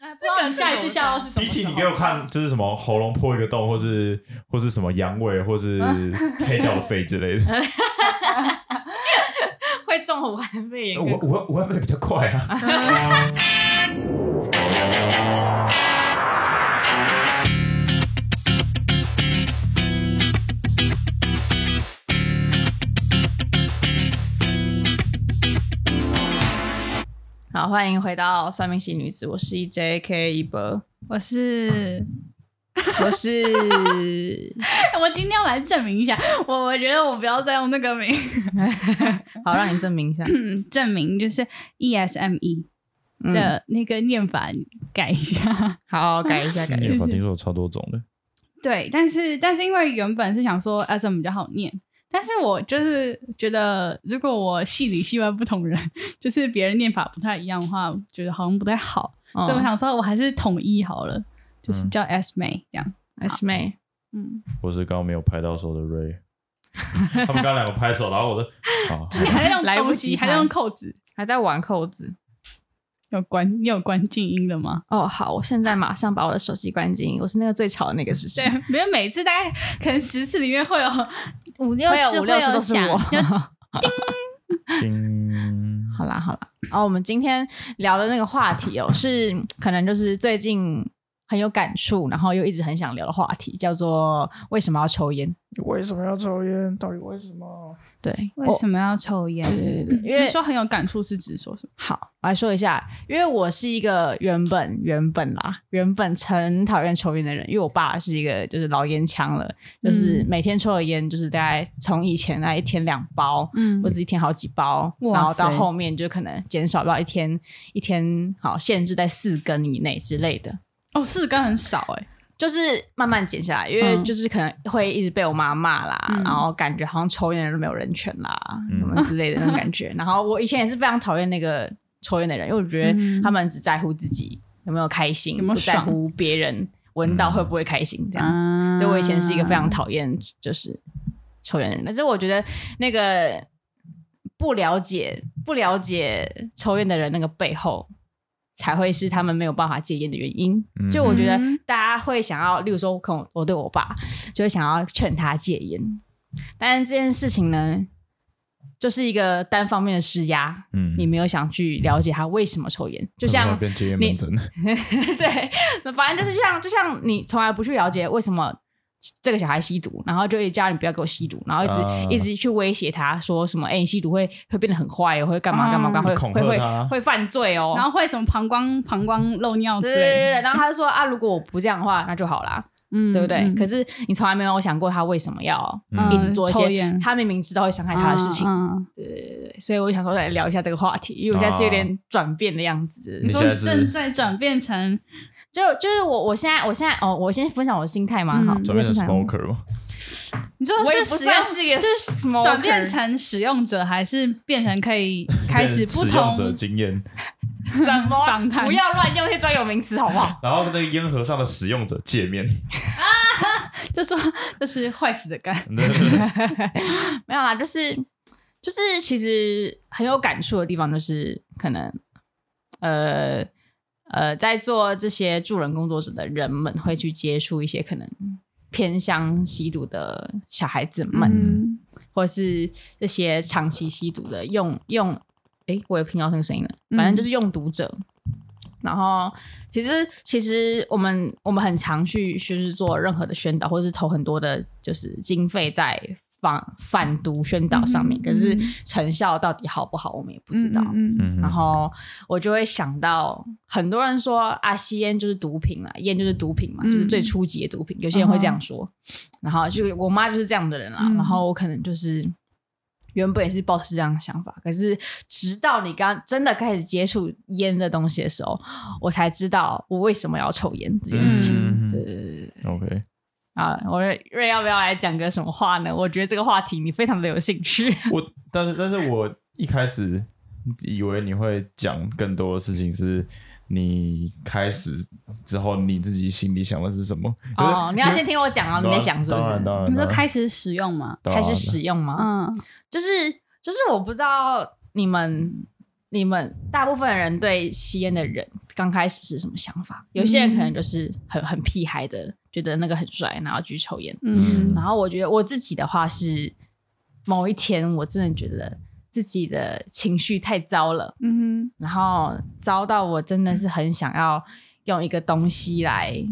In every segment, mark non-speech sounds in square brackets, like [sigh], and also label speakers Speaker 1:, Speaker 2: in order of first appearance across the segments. Speaker 1: 哎不知道你下一次笑到是什么时候。
Speaker 2: 比起你给我看，就是什么喉咙破一个洞，或是或是什么阳痿，或是
Speaker 3: 啊
Speaker 2: 黑掉肺之类
Speaker 3: [laughs]
Speaker 2: 的，
Speaker 3: 会中武汉肺炎
Speaker 2: 五
Speaker 3: 跟。
Speaker 2: 五万五万肺比较快啊。
Speaker 3: 好，欢迎回到算命系女子，我是 E J K 一博，
Speaker 1: 我是 [laughs]
Speaker 3: 我是 [laughs]
Speaker 1: 我今天要来证明一下，我我觉得我不要再用那个名嗯
Speaker 3: 好，让你证明一下。
Speaker 1: 证明，就是 E ESME
Speaker 3: 嗯，
Speaker 1: 的那个念法改一下。
Speaker 3: [laughs] 好，改一下，改 [laughs] 一下。
Speaker 1: 就是
Speaker 2: 法听说有超多种的，
Speaker 1: 对，但是但是因为原本是想说 SM 比较好念，但是我就是觉得如果我系里系外不同人，就是别人念法不太一样的话，我觉得好像不太好，所以我
Speaker 3: 嗯
Speaker 1: 想说我还是统一好了，就是叫 S 妹这样。
Speaker 3: ，S 妹，
Speaker 1: 嗯，
Speaker 2: 我是刚刚没有拍到手的 Ray，他们刚两个拍手，然后我说
Speaker 3: [laughs]
Speaker 2: 好，
Speaker 1: 你还在用
Speaker 3: 来不
Speaker 1: 东
Speaker 3: 及
Speaker 1: 西，还在
Speaker 3: 拍
Speaker 1: 用扣子，
Speaker 3: 还在玩扣子。
Speaker 1: 有关你有关静音了吗？
Speaker 3: 哦，好，我现在马上把我的手机关静，我是那个最吵的那个，是不是
Speaker 1: 对？，没有每次大概可能十次里面会有
Speaker 4: 五六
Speaker 3: 会有
Speaker 4: 次
Speaker 3: 五
Speaker 4: 会
Speaker 3: 六次都
Speaker 4: 有
Speaker 3: 是
Speaker 4: 响
Speaker 3: 我，
Speaker 4: 就
Speaker 3: [laughs]
Speaker 2: 叮，
Speaker 3: 好啦好啦，然后我们今天聊的那个话题哦，是可能就是最近很有感触，然后又一直很想聊的话题，叫做为什么要抽烟？
Speaker 2: 为什么要抽烟？到底为什么？
Speaker 3: 对，
Speaker 1: [laughs] 为什么要抽烟？
Speaker 3: 哦对对对，因
Speaker 1: 你
Speaker 3: 为
Speaker 1: 说很有感触是指说什么？
Speaker 3: 好，我来说一下，因为我是一个原本原本啦，原本很讨厌抽烟的人，因为我爸是一个就是老烟枪了，就是
Speaker 1: 嗯
Speaker 3: 每天抽的烟就是大概从以前那一天两包，
Speaker 1: 嗯
Speaker 3: 或者一天好几包，
Speaker 1: 哇
Speaker 3: 然后到
Speaker 1: 塞
Speaker 3: 后面就可能减少到一天一天好限制在四根以内之类的，
Speaker 1: 哦，四根很少哎、
Speaker 3: 就是慢慢减下来，因为
Speaker 1: 嗯
Speaker 3: 就是可能会一直被我妈骂啦，
Speaker 1: 嗯
Speaker 3: 然后感觉好像抽烟的人都没有人权啦，
Speaker 2: 嗯
Speaker 3: 什么之类的那种感
Speaker 1: [laughs]
Speaker 3: 觉。然后我以前也是非常讨厌那个抽烟的人，因为我觉
Speaker 1: 嗯
Speaker 3: 得他们只在乎自己有没有开心，
Speaker 1: 有没有
Speaker 3: 不在
Speaker 1: 爽
Speaker 3: 乎别人闻到会不会开心这样子。
Speaker 1: 啊
Speaker 3: 所以我以前是一个非常讨厌就是抽烟的人，但是我觉得那个不了解不了解抽烟的人那个背后，才会是他们没有办法戒烟的原因。
Speaker 2: 嗯
Speaker 3: 就我觉得
Speaker 1: 嗯
Speaker 3: 大家会想要，例如说，可能我对我爸就会想要劝他戒烟，但是这件事情呢，就是一个单方面的施压。
Speaker 2: 嗯
Speaker 3: 你没有想去了解他为什么抽烟，就像
Speaker 2: 变戒烟
Speaker 3: 你
Speaker 2: 门诊，
Speaker 3: [laughs] 对，那反正就是像就像你从来不去了解为什么这个小孩吸毒，然后就一直叫你不要给我吸毒，然后一直、
Speaker 2: 啊
Speaker 3: 一直去威胁他说什么，哎、你吸毒会会变得很坏哦，会干嘛干嘛干嘛，
Speaker 2: 嗯恐
Speaker 3: 会
Speaker 2: 吓
Speaker 3: 会
Speaker 2: 他
Speaker 3: 会会犯罪哦。
Speaker 1: 然后会什么膀胱膀胱漏尿之
Speaker 3: 对
Speaker 1: 类
Speaker 3: 对对
Speaker 1: 的，
Speaker 3: 对，然后他就说啊，如果我不这样的话，那就好啦，
Speaker 1: 嗯
Speaker 3: 对不对？
Speaker 1: 嗯
Speaker 3: 可是你从来没有想过他为什么要
Speaker 2: 嗯
Speaker 3: 一直做一
Speaker 1: 抽
Speaker 3: 些
Speaker 1: 烟
Speaker 3: 他明明知道会伤害他的事情，
Speaker 1: 嗯嗯
Speaker 3: 对所以我想说来聊一下这个话题，因为我现在是有点转变的样子。
Speaker 1: 你
Speaker 2: 你
Speaker 1: 说
Speaker 2: 现
Speaker 1: 你
Speaker 2: 在是
Speaker 1: 正在转变成
Speaker 3: 就就是我我现在我现在哦，我先分享我的心态嘛，
Speaker 1: 嗯
Speaker 3: 好，
Speaker 2: 转变成
Speaker 3: 我先分享
Speaker 2: smoker
Speaker 3: [laughs]
Speaker 2: 吗？
Speaker 1: 你说
Speaker 3: 我也
Speaker 1: 是
Speaker 3: 不
Speaker 1: 使
Speaker 3: 算
Speaker 1: 用
Speaker 3: 是一个
Speaker 1: 是
Speaker 3: smoker
Speaker 1: 转变成使用者，还是变成可以开始不
Speaker 2: [laughs] 变成使用者
Speaker 1: 同？
Speaker 2: 经验，
Speaker 3: 什么
Speaker 1: 访？谈
Speaker 3: 不要乱用一些专有名词，好不好？
Speaker 2: 然后那个烟盒上的使用者界面，
Speaker 1: 就说就是坏死的肝，
Speaker 3: [laughs]
Speaker 2: 嗯
Speaker 3: 没有啦，就是就是，其实很有感触的地方，就是可能呃呃，在做这些助人工作者的人们，会去接触一些可能偏向吸毒的小孩子们，
Speaker 1: 嗯，
Speaker 3: 或是这些长期吸毒的用用，诶，我有听到那个声音了，反
Speaker 1: 嗯
Speaker 3: 正就是用毒者。然后，其实其实我们我们很常去就是做任何的宣导，或是投很多的，就是经费在反反毒宣导上面，
Speaker 1: 嗯
Speaker 3: 可是成效到底好不好，我们也不知道。
Speaker 1: 嗯
Speaker 2: 嗯
Speaker 3: 然后我就会想到，很多人说啊，吸烟就是毒品啦，烟就是毒品嘛，
Speaker 1: 嗯
Speaker 3: 就是最初级的毒品。有些人会这样说，然后就我妈就是这样的人啦。
Speaker 1: 嗯
Speaker 3: 然后我可能就是原本也是抱持这样的想法，可是直到你刚真的开始接触烟的东西的时候，我才知道我为什么要抽烟这件事情。
Speaker 2: 嗯
Speaker 3: 对对对对
Speaker 2: ，OK，
Speaker 3: 啊，我瑞瑞要不要来讲个什么话呢？我觉得这个话题你非常的有兴
Speaker 2: [laughs]
Speaker 3: 趣。
Speaker 2: 我但是但是我一开始以为你会讲更多的事情是。你开始之后，你自己心里想的是什么？
Speaker 3: 哦，你要先
Speaker 2: 听
Speaker 3: 听我讲啊，你没讲是不
Speaker 2: 哎当然，
Speaker 3: 是？
Speaker 2: 当然，
Speaker 1: 你说
Speaker 2: 当然
Speaker 1: 开始使用吗？
Speaker 2: 当
Speaker 3: 开
Speaker 2: 然
Speaker 3: 始使用吗？
Speaker 1: 嗯，
Speaker 3: 就是就是我不知道你们你们大部分人对吸烟的人刚开始是什么想法。有些人
Speaker 1: 嗯
Speaker 3: 可能就是很很屁孩的，觉得那个很帅，然后继续抽烟。
Speaker 1: 嗯
Speaker 3: 然后我觉得我自己的话是，某一天我真的觉得自己的情绪太糟了，
Speaker 1: 嗯
Speaker 3: 然后遭到我真的是很想要用一个东西来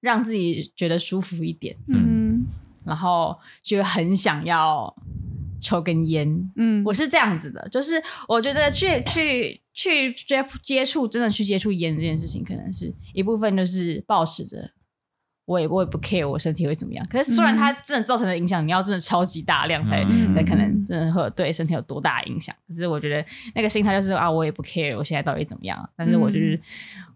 Speaker 3: 让自己觉得舒服一点，
Speaker 1: 哼嗯
Speaker 3: 然后就很想要抽根烟。
Speaker 1: 嗯，
Speaker 3: 我是这样子的，就是我觉得去去去接接触，真的去接触烟这件事情，可能是一部分就是暴食着。我也我也不 care 我身体会怎么样，可是虽然它真的造成的影响，你要真的超级大量才
Speaker 2: 嗯
Speaker 3: 那可能真的会有对身体有多大影响。可是我觉得那个心态就是啊，我也不 care 我现在到底怎么样，啊但是我就是、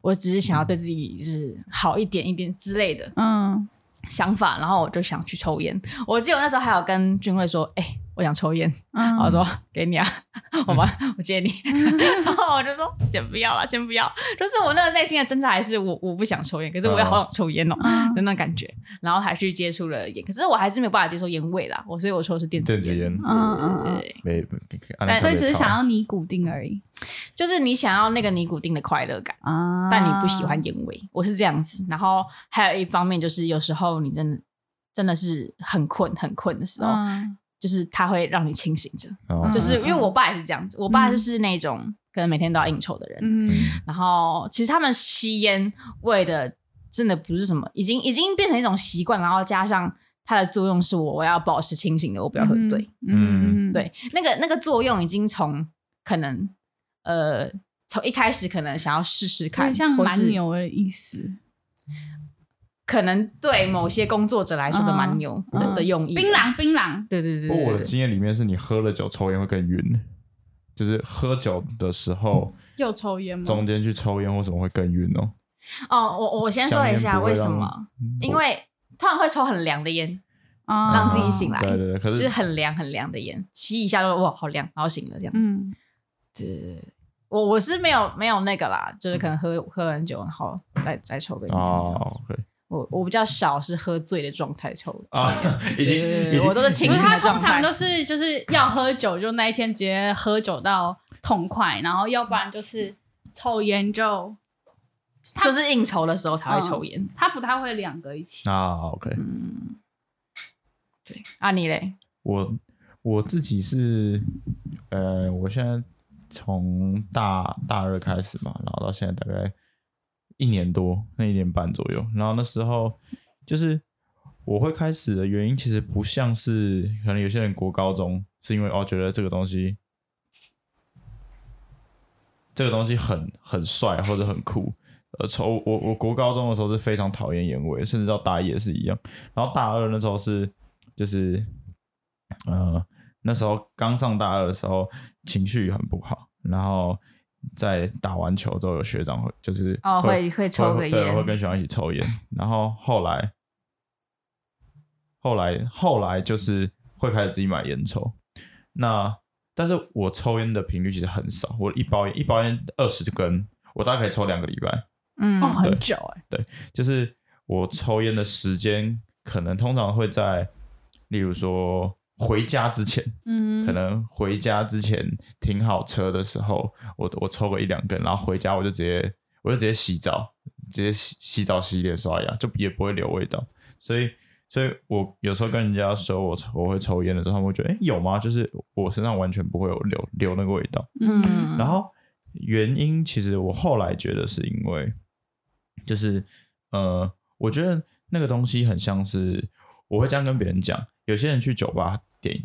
Speaker 3: 我只是想要对自己就是好一点一点之类的
Speaker 1: 嗯
Speaker 3: 想法，然后我就想去抽烟。我记得我那时候还有跟君慧说，哎、我想抽烟，
Speaker 1: 嗯，
Speaker 3: 然后说
Speaker 1: [laughs]
Speaker 3: 给你啊，我吧，我借你。然后我就说先不要了，先不要。就是我那个内心的挣扎还是我我不想抽烟，可是我也好想抽烟哦、
Speaker 1: 嗯
Speaker 3: 的那种感觉，然后还去接触了烟，可是我还是没有办法接受烟味啦，我所以我抽的是电子
Speaker 2: 电子
Speaker 3: 烟，
Speaker 2: 烟
Speaker 1: 嗯嗯
Speaker 3: 对
Speaker 1: 嗯
Speaker 3: 对对
Speaker 2: 没，
Speaker 3: 但
Speaker 1: 所以只是想
Speaker 2: 啊
Speaker 1: 要尼古丁而已
Speaker 3: 就是你想要那个尼古丁的快乐感，
Speaker 1: 啊，
Speaker 3: 但你不喜欢烟味，我是这样子。然后还有一方面就是，有时候你真的真的是很困很困的时候，
Speaker 1: 嗯，
Speaker 3: 就是它会让你清醒着。
Speaker 2: 要
Speaker 3: 就是
Speaker 1: 嗯
Speaker 3: 因为我爸也是这样子，我爸
Speaker 1: 嗯
Speaker 3: 就是那种、可能每天都要应酬的人，
Speaker 1: 嗯
Speaker 3: 然后其实他们吸烟为的真的不是什么，已经已经变成一种习惯，然后加上它的作用是我我要保持清醒的，我不要喝醉。，
Speaker 1: 嗯，
Speaker 3: 对，那个那个作用已经从可能呃从一开始可能想要试试
Speaker 1: 有
Speaker 3: 看，
Speaker 1: 像
Speaker 3: 或
Speaker 1: 蛮
Speaker 3: 是
Speaker 1: 牛的意思，
Speaker 3: 可能对某些工作者来说的蛮
Speaker 1: 嗯
Speaker 3: 牛的、的
Speaker 1: 嗯
Speaker 3: 用意，
Speaker 1: 槟，榔槟榔，
Speaker 3: 对对对
Speaker 2: 不过哦
Speaker 3: 对
Speaker 2: 我
Speaker 3: 对
Speaker 2: 的经验里面是你喝了酒抽烟会更晕，就是喝酒的时候
Speaker 1: 又抽烟吗？
Speaker 2: 中间去抽烟或什么会更晕哦。
Speaker 3: 哦，我我先
Speaker 2: 香
Speaker 3: 说一
Speaker 2: 烟
Speaker 3: 下
Speaker 2: 不会
Speaker 3: 为什
Speaker 2: 让
Speaker 3: 么，
Speaker 2: 嗯
Speaker 3: 因为突然会抽很凉的烟，
Speaker 1: 啊
Speaker 3: 让自己醒来
Speaker 2: 对对对，可
Speaker 3: 就是
Speaker 2: 是
Speaker 3: 很凉很凉的烟，吸一下就哇好凉，然后醒了这样。
Speaker 1: 嗯
Speaker 3: 我我是没有没有那个啦，就
Speaker 1: 嗯
Speaker 3: 是可能喝喝完酒然后再再抽根烟。
Speaker 2: 哦
Speaker 3: 哦，
Speaker 2: ，OK
Speaker 3: 我我比较少是喝醉的状态抽， [laughs]
Speaker 2: 啊，已经已
Speaker 3: 对我
Speaker 2: 经
Speaker 3: 都是清
Speaker 1: 可是
Speaker 3: 醒
Speaker 1: 他
Speaker 3: 的状
Speaker 1: 通常
Speaker 3: 态。
Speaker 1: 都是就是要喝酒，就那一天直接喝酒到痛快，然后要不然就是抽烟就
Speaker 3: 就是应酬的时候才会
Speaker 1: 嗯
Speaker 3: 抽烟。
Speaker 1: 他不太会两个一起。
Speaker 2: 啊，OK，
Speaker 3: 嗯，对啊，你嘞？
Speaker 2: 我我自己是呃，我现在从大大二开始嘛，然后到现在大概一年多，那一年半左右。然后那时候就是我会开始的原因，其实不像是可能有些人国高中是因为哦觉得这个东西。这个东西很很帅或者很酷，呃，抽我我国高中的时候是非常讨厌烟味，甚至到大一也是一样。然后大二那时候是就是呃，那时候刚上大二的时候，情绪很不好，然后在打完球之后，有学长会就是
Speaker 3: 哦会会抽个
Speaker 2: 对，
Speaker 3: 烟
Speaker 2: 会跟学长一起抽烟。然后后来，后来后来就是会开始自己买烟抽。那但是我抽烟的频率其实很少，我一包烟一包烟二十根，我大概可以抽两个礼拜。
Speaker 3: 嗯
Speaker 1: 哦，很久哎、
Speaker 2: 就是我抽烟的时间可能通常会在，例如说回家之前，
Speaker 1: 嗯
Speaker 2: [laughs] 可能回家之前停好车的时候，我我抽个一两根，然后回家我就直接我就直接洗澡，直接洗洗澡、洗脸、刷牙，就也不会留味道。所以，所以我有时候跟人家说我抽我会抽烟的时候，他们会觉得哎、诶有吗？就是我身上完全不会有留留那个味道。
Speaker 1: 嗯
Speaker 2: 然后原因其实我后来觉得是因为，就是呃，我觉得那个东西很像是我会这样跟别人讲，有些人去酒吧点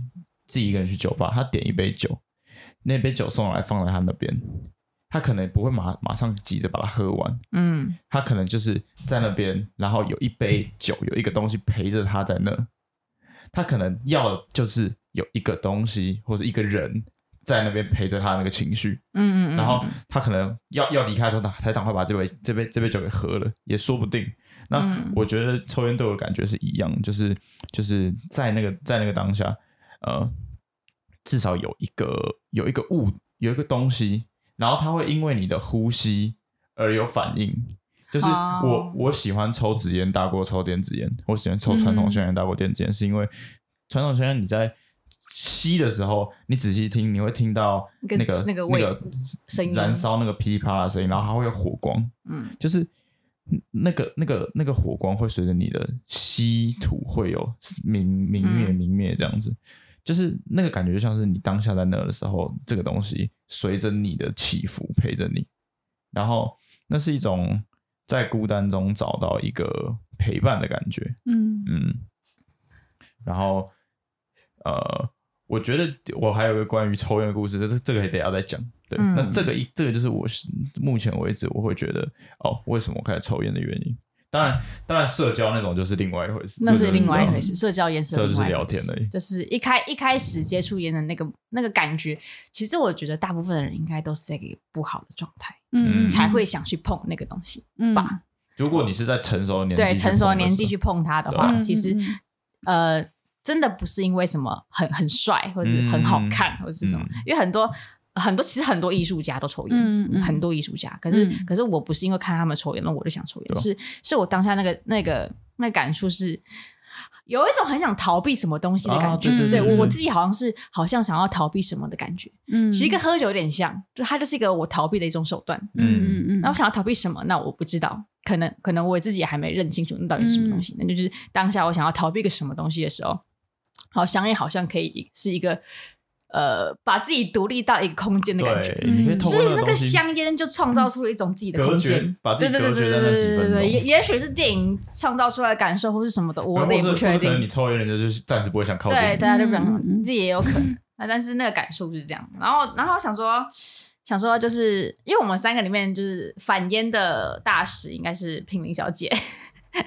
Speaker 2: 自己一个人去酒吧，他点一杯酒，那杯酒送来放在他那边，他可能不会马马上急着把它喝完，
Speaker 3: 嗯
Speaker 2: 他可能就是在那边，然后有一杯酒，有一个东西陪着他在那，他可能要的就是有一个东西或者一个人在那边陪着他那个情绪。
Speaker 3: 嗯嗯，
Speaker 2: 然后他可能要要离开的时候，他才赶快把这杯这杯这杯酒给喝了，也说不定。那
Speaker 3: 嗯
Speaker 2: 我觉得抽烟对我的感觉是一样，就是就是在那个在那个当下，呃，至少有一个有一个物有一个东西，然后它会因为你的呼吸而有反应。就是
Speaker 3: 哦
Speaker 2: 我我喜欢抽纸烟大过抽电子烟，我喜欢抽传统香烟大过电子烟，是因为传统香烟你在吸的时候，你仔细听，你会听到
Speaker 3: 跟
Speaker 2: 那个
Speaker 3: 那个味声音
Speaker 2: 燃烧那个噼里啪啦的声音，然后它会有火光，
Speaker 3: 嗯，
Speaker 2: 就是那个那个那个火光会随着你的吸吐会有明明灭
Speaker 3: 嗯
Speaker 2: 明灭这样子，就是那个感觉就像是你当下在那的时候，这个东西随着你的起伏陪着你，然后那是一种在孤单中找到一个陪伴的感觉，
Speaker 1: 嗯
Speaker 2: 嗯，然后呃，我觉得我还有一个关于抽烟的故事，这这这个也得要再讲。对，
Speaker 3: 嗯
Speaker 2: 那这个一这个就是我是目前为止我会觉得哦，为什么我开始抽烟的原因。当然，当然社交那种就是另外一回事，
Speaker 3: 那
Speaker 2: 这
Speaker 3: 是
Speaker 2: 个
Speaker 3: 另外一
Speaker 2: 对啊
Speaker 3: 回事，社交延伸
Speaker 2: 这
Speaker 3: 另
Speaker 2: 就是
Speaker 3: 外一回
Speaker 2: 聊天
Speaker 3: 事
Speaker 2: 而已
Speaker 3: 就是一开一开始接触烟的那个那个感觉，其实我觉得大部分的人应该都是在一个不好的状态，
Speaker 1: 嗯，
Speaker 3: 才会想去碰那个东西。吧
Speaker 2: 如果你是在成熟的年纪去碰的
Speaker 3: 对，
Speaker 2: 时候，
Speaker 3: 成熟的年纪去碰它的话，
Speaker 2: 对
Speaker 1: 嗯。
Speaker 3: 其实
Speaker 1: 嗯嗯
Speaker 3: 呃，真的不是因为什么很很帅，或者是很好看，或者是什么，
Speaker 2: 嗯
Speaker 3: 因为很多很多其实很多艺术家都抽烟，
Speaker 1: 嗯嗯
Speaker 3: 很多艺术家，可是、
Speaker 1: 嗯
Speaker 3: 可是我不是因为看他们抽烟，那我就想抽烟，
Speaker 2: 对哦
Speaker 3: 是是我当下那个那个那感触是。有一种很想逃避什么东西的感
Speaker 2: 啊，
Speaker 3: 觉，
Speaker 2: 对对
Speaker 1: 嗯
Speaker 3: 对
Speaker 2: 对，
Speaker 3: 我我
Speaker 2: 对
Speaker 3: 自己好像是好像想要逃避什么的感觉，
Speaker 1: 嗯，
Speaker 3: 其实跟喝酒有点像，就它就是一个我逃避的一种手段。
Speaker 1: 嗯嗯嗯，[laughs]
Speaker 3: 那我想要逃避什么？那我不知道，可能可能我自己也还没认清楚那到底是什么东西。那就是当下我想要逃避个什么东西的时候，好像也好像可以是一个呃，把自己独立到一个空间的感觉。
Speaker 2: 对，你可以透
Speaker 3: 就
Speaker 2: 过
Speaker 3: 是那
Speaker 2: 东
Speaker 3: 个
Speaker 2: 西
Speaker 3: 香烟就创造出了一种自己的
Speaker 2: 隔
Speaker 3: 空
Speaker 2: 绝
Speaker 3: 间，，
Speaker 2: 把自
Speaker 3: 对
Speaker 2: 己
Speaker 3: 对对
Speaker 2: 隔
Speaker 3: 对
Speaker 2: 绝在
Speaker 3: 对
Speaker 2: 那
Speaker 3: 对
Speaker 2: 几
Speaker 3: 对对
Speaker 2: 分
Speaker 3: 对，也
Speaker 2: 钟。
Speaker 3: 也许是电影创造出来的感受或是什么的，我
Speaker 2: 或
Speaker 3: 的也
Speaker 2: 是
Speaker 3: 不
Speaker 2: 或
Speaker 3: 确
Speaker 2: 是可能
Speaker 3: 定
Speaker 2: 你。抽烟人就是暂时不会想靠近
Speaker 3: 对，
Speaker 2: 你，
Speaker 3: 大家就不想
Speaker 1: 嗯嗯嗯，
Speaker 3: 这也有可
Speaker 1: [laughs]
Speaker 3: 能。那但是那个感受就是这样。然后，然后想说，想说就是因为我们三个里面就是反烟的大使应该是平林小姐、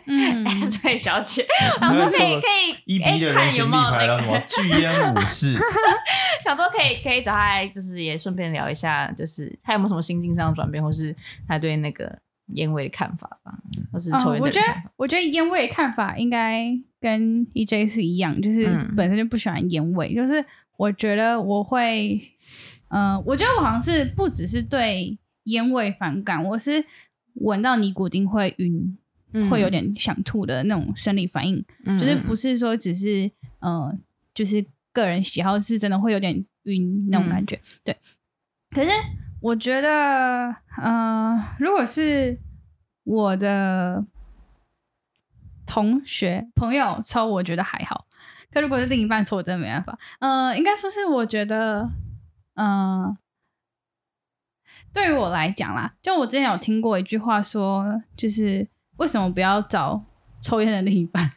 Speaker 1: 嗯
Speaker 3: [laughs] 所以
Speaker 1: [laughs]
Speaker 3: 小姐，
Speaker 2: 你
Speaker 3: 想
Speaker 2: 看
Speaker 3: 说可
Speaker 2: 这
Speaker 3: 以
Speaker 2: 个
Speaker 3: 可
Speaker 2: 一
Speaker 3: 以哎、
Speaker 2: 比，E 的人
Speaker 3: 看
Speaker 2: 形
Speaker 3: 有
Speaker 2: 立
Speaker 3: 没有
Speaker 2: 牌，
Speaker 3: 那
Speaker 2: 然后什么
Speaker 3: 个，
Speaker 2: 巨烟武
Speaker 1: [laughs]
Speaker 2: 士，
Speaker 3: [laughs] 想说可以可以找她来，就是也顺便聊一下，就是她有没有什么心境上的转变，或是她对那个烟味的看法吧，或是抽
Speaker 1: 哦，
Speaker 3: 烟
Speaker 1: 我
Speaker 3: 的
Speaker 1: 觉
Speaker 3: 看法。
Speaker 1: 得，我觉得烟味的看法应该跟 EJ 是一样，就是
Speaker 3: 嗯
Speaker 1: 本身就不喜欢烟味，就是我觉得我会，呃，我觉得我好像是不只是对烟味反感，我是闻到尼古丁会晕，
Speaker 3: 嗯
Speaker 1: 会有点想吐的那种生理反应，
Speaker 3: 嗯
Speaker 1: 就是不是说只是呃，就是个人喜好，是真的会有点晕那种
Speaker 3: 嗯
Speaker 1: 感觉。对，可是我觉得，呃，如果是我的同学朋友抽，我觉得还好。可如果是另一半抽，我真的没办法。呃，应该说是我觉得，呃，对于我来讲啦，就我之前有听过一句话说，就是为什么不要找抽烟的另一半？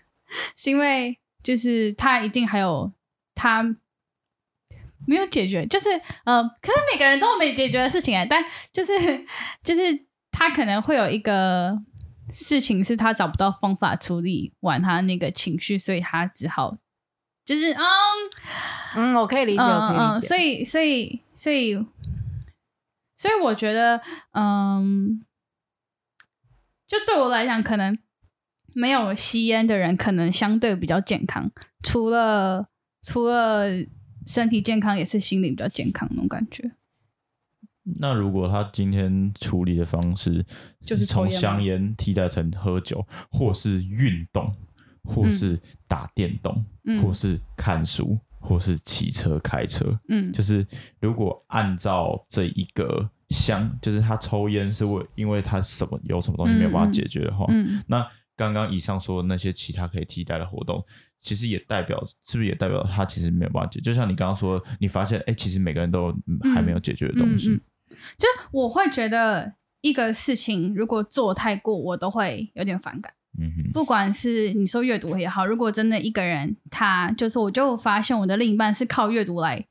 Speaker 1: 是因为就是他一定还有他没有解决，就是呃，可是每个人都有没解决的事情啊，但就是就是他可能会有一个事情是他找不到方法处理完他那个情绪，所以他只好就是啊、
Speaker 3: 嗯，我可以理解，我可以
Speaker 1: 嗯
Speaker 3: 理
Speaker 1: 嗯，
Speaker 3: 解。
Speaker 1: 所以所以所以所以我觉得，嗯，就对我来讲，可能没有吸烟的人，可能相对比较健康，除了除了身体健康，也是心理比较健康那种感觉。
Speaker 2: 那如果他今天处理的方式
Speaker 1: 就是抽
Speaker 2: 从
Speaker 1: 烟吗
Speaker 2: 香烟替代成喝酒，或是运动，或是打电动，
Speaker 1: 嗯
Speaker 2: 或是看书，或是骑车、开车，
Speaker 1: 嗯
Speaker 2: 就是如果按照这一个香，就是他抽烟是为因为他什么有什么东西没有办法解决的话，
Speaker 1: 嗯
Speaker 2: 那刚刚以上说的那些其他可以替代的活动，其实也代表是不是也代表他其实没有办法解？就像你刚刚说，你发现哎、诶其实每个人都有
Speaker 1: 嗯
Speaker 2: 还没有解决的
Speaker 1: 嗯
Speaker 2: 东西。
Speaker 1: 嗯，就我会觉得一个事情如果做太过，我都会有点反感。
Speaker 2: 嗯哼，
Speaker 1: 不管是你说阅读也好，如果真的一个人他就是，我就发现我的另一半是靠阅读来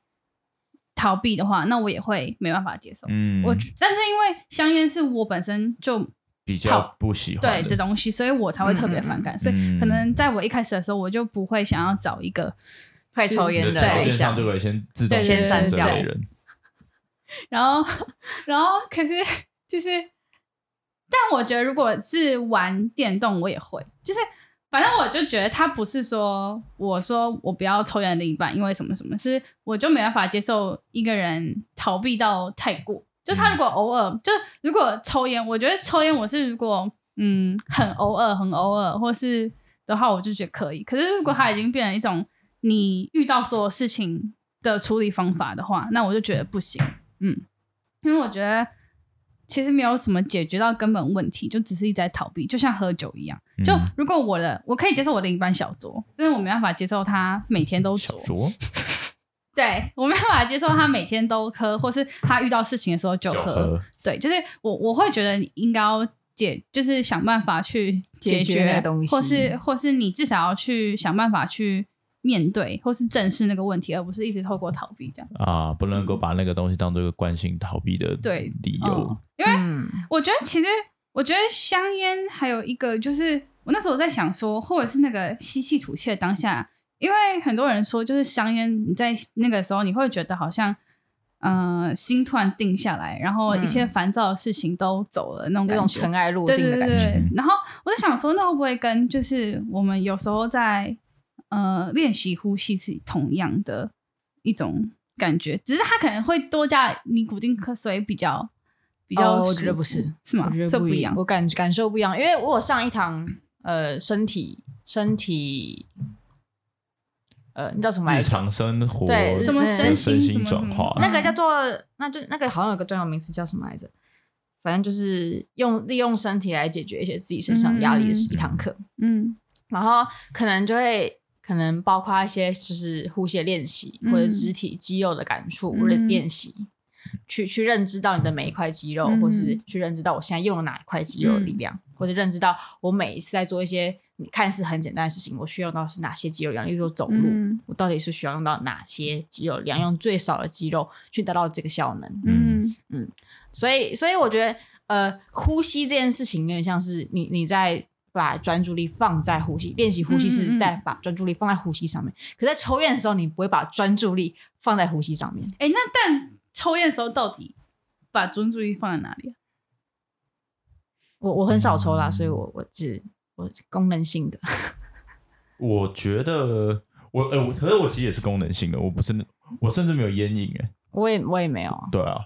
Speaker 1: 逃避的话，那我也会没办法接受。
Speaker 2: 嗯，
Speaker 1: 我但是因为香烟是我本身就
Speaker 2: 比较不喜欢
Speaker 1: 对
Speaker 2: 的
Speaker 1: 的东西，所以我才会特别反感。所以可能在我一开始的时候，我就不会想要找一个
Speaker 3: 会抽
Speaker 2: 你哎
Speaker 3: 烟
Speaker 2: 的
Speaker 3: 的
Speaker 2: 条
Speaker 3: 对
Speaker 2: 件
Speaker 3: 象
Speaker 2: 上，就可以先自动
Speaker 1: 对对
Speaker 2: 排除
Speaker 1: 对
Speaker 2: 这
Speaker 3: 对
Speaker 2: 嗯类人，
Speaker 1: 然后， [laughs] 然后可是就是，但我觉得如果是玩电动，我也会，就是反正我就觉得他不是说我说我不要抽烟的另一半，因为什么什么，是我就没办法接受一个人逃避到太过。就他如果偶尔，就如果抽烟，我觉得抽烟我是如果嗯很偶尔很偶尔，或是的话，我就觉得可以。可是如果他已经变成一种你遇到所有事情的处理方法的话，那我就觉得不行。嗯，因为我觉得其实没有什么解决到根本问题，就只是一直在逃避，就像喝酒一样。就
Speaker 2: 嗯
Speaker 1: 如果我的我可以接受我的一半小酌，但是我没办法接受他每天都
Speaker 2: 小
Speaker 1: 酌。
Speaker 2: 酌
Speaker 1: 对我没有办法接受他每天都喝，或是他遇到事情的时候就
Speaker 2: 酒
Speaker 1: 喝。
Speaker 2: 嗯喝，
Speaker 1: 对，就是我我会觉得你应该要解，就是想办法去解
Speaker 3: 解决那个东西
Speaker 1: 或是或是你至少要去想办法去面对，或是正视那个问题，而不是一直透过逃避这样。
Speaker 2: 啊，不能够把那个东西当做一个惯性逃避的
Speaker 1: 对
Speaker 2: 理由
Speaker 1: 嗯。，因为
Speaker 3: 嗯
Speaker 1: 我觉得其实，我觉得香烟还有一个就是，我那时候在想说，或者是那个吸气吐气的当下，因为很多人说，就是香烟你在那个时候，你会觉得好像，呃，心突然定下来，然后一些烦躁的事情都走了、那种
Speaker 3: 那
Speaker 1: 感
Speaker 3: 种
Speaker 1: 觉。
Speaker 3: 尘埃落
Speaker 1: 对
Speaker 3: 定
Speaker 1: 对
Speaker 3: 的
Speaker 1: 对对
Speaker 3: 感觉。
Speaker 2: 嗯
Speaker 1: 对，然后我在想说，那会不会跟就是我们有时候在呃练习呼吸是同样的一种感觉？只是它可能会多加尼古丁克，所以比较比较
Speaker 3: 哦
Speaker 1: 舒服、
Speaker 3: 我觉得不是
Speaker 1: 是吗？
Speaker 3: 我觉
Speaker 1: 这
Speaker 3: 得不
Speaker 1: 一样
Speaker 3: 我感感受不一样，因为我有上一堂呃身体身体呃，你叫什么来
Speaker 2: 日
Speaker 3: 着？
Speaker 2: 常生活
Speaker 3: 对
Speaker 2: 的
Speaker 3: 什么身
Speaker 1: 心什
Speaker 2: 心啊
Speaker 1: 么
Speaker 2: 转化
Speaker 1: 什么，
Speaker 3: 那个叫做，那就那个好像有个专有名词叫什么来着？反正就是用利用身体来解决一些自己身上的压力的一堂课，
Speaker 1: 嗯
Speaker 3: 然后可能就会可能包括一些就是呼吸的练习
Speaker 1: 嗯
Speaker 3: 或者肢体肌肉的感触
Speaker 1: 嗯
Speaker 3: 或者练习，去去认知到你的每一块肌肉，
Speaker 1: 嗯
Speaker 3: 或是去认知到我现在用了哪一块肌肉的力量，或者认知到我每一次在做一些你看似很简单的事情，我需要用到是哪些肌肉力量，例如说走路。
Speaker 1: 嗯
Speaker 3: 我到底是需要用到哪些肌肉力量，用最少的肌肉去达到这个效能。
Speaker 1: 嗯
Speaker 3: 所以，所以我觉得，呃，呼吸这件事情有点像是你你在把专注力放在呼吸，练习呼
Speaker 1: 嗯
Speaker 3: 吸
Speaker 1: 嗯嗯
Speaker 3: 是在把专注力放在呼吸上面。可在抽烟的时候，你不会把专注力放在呼吸上面。
Speaker 1: 哎、那但抽烟的时候到底把专注力放在哪里啊、
Speaker 3: 我我很少抽
Speaker 1: 嗯
Speaker 3: 啦，所以我我只我功能性的， [laughs]
Speaker 2: 我觉得我呃，我可是我其实也是功能性的，我不是那我甚至没有烟瘾哎，
Speaker 3: 我也我也没有啊，
Speaker 2: 对啊，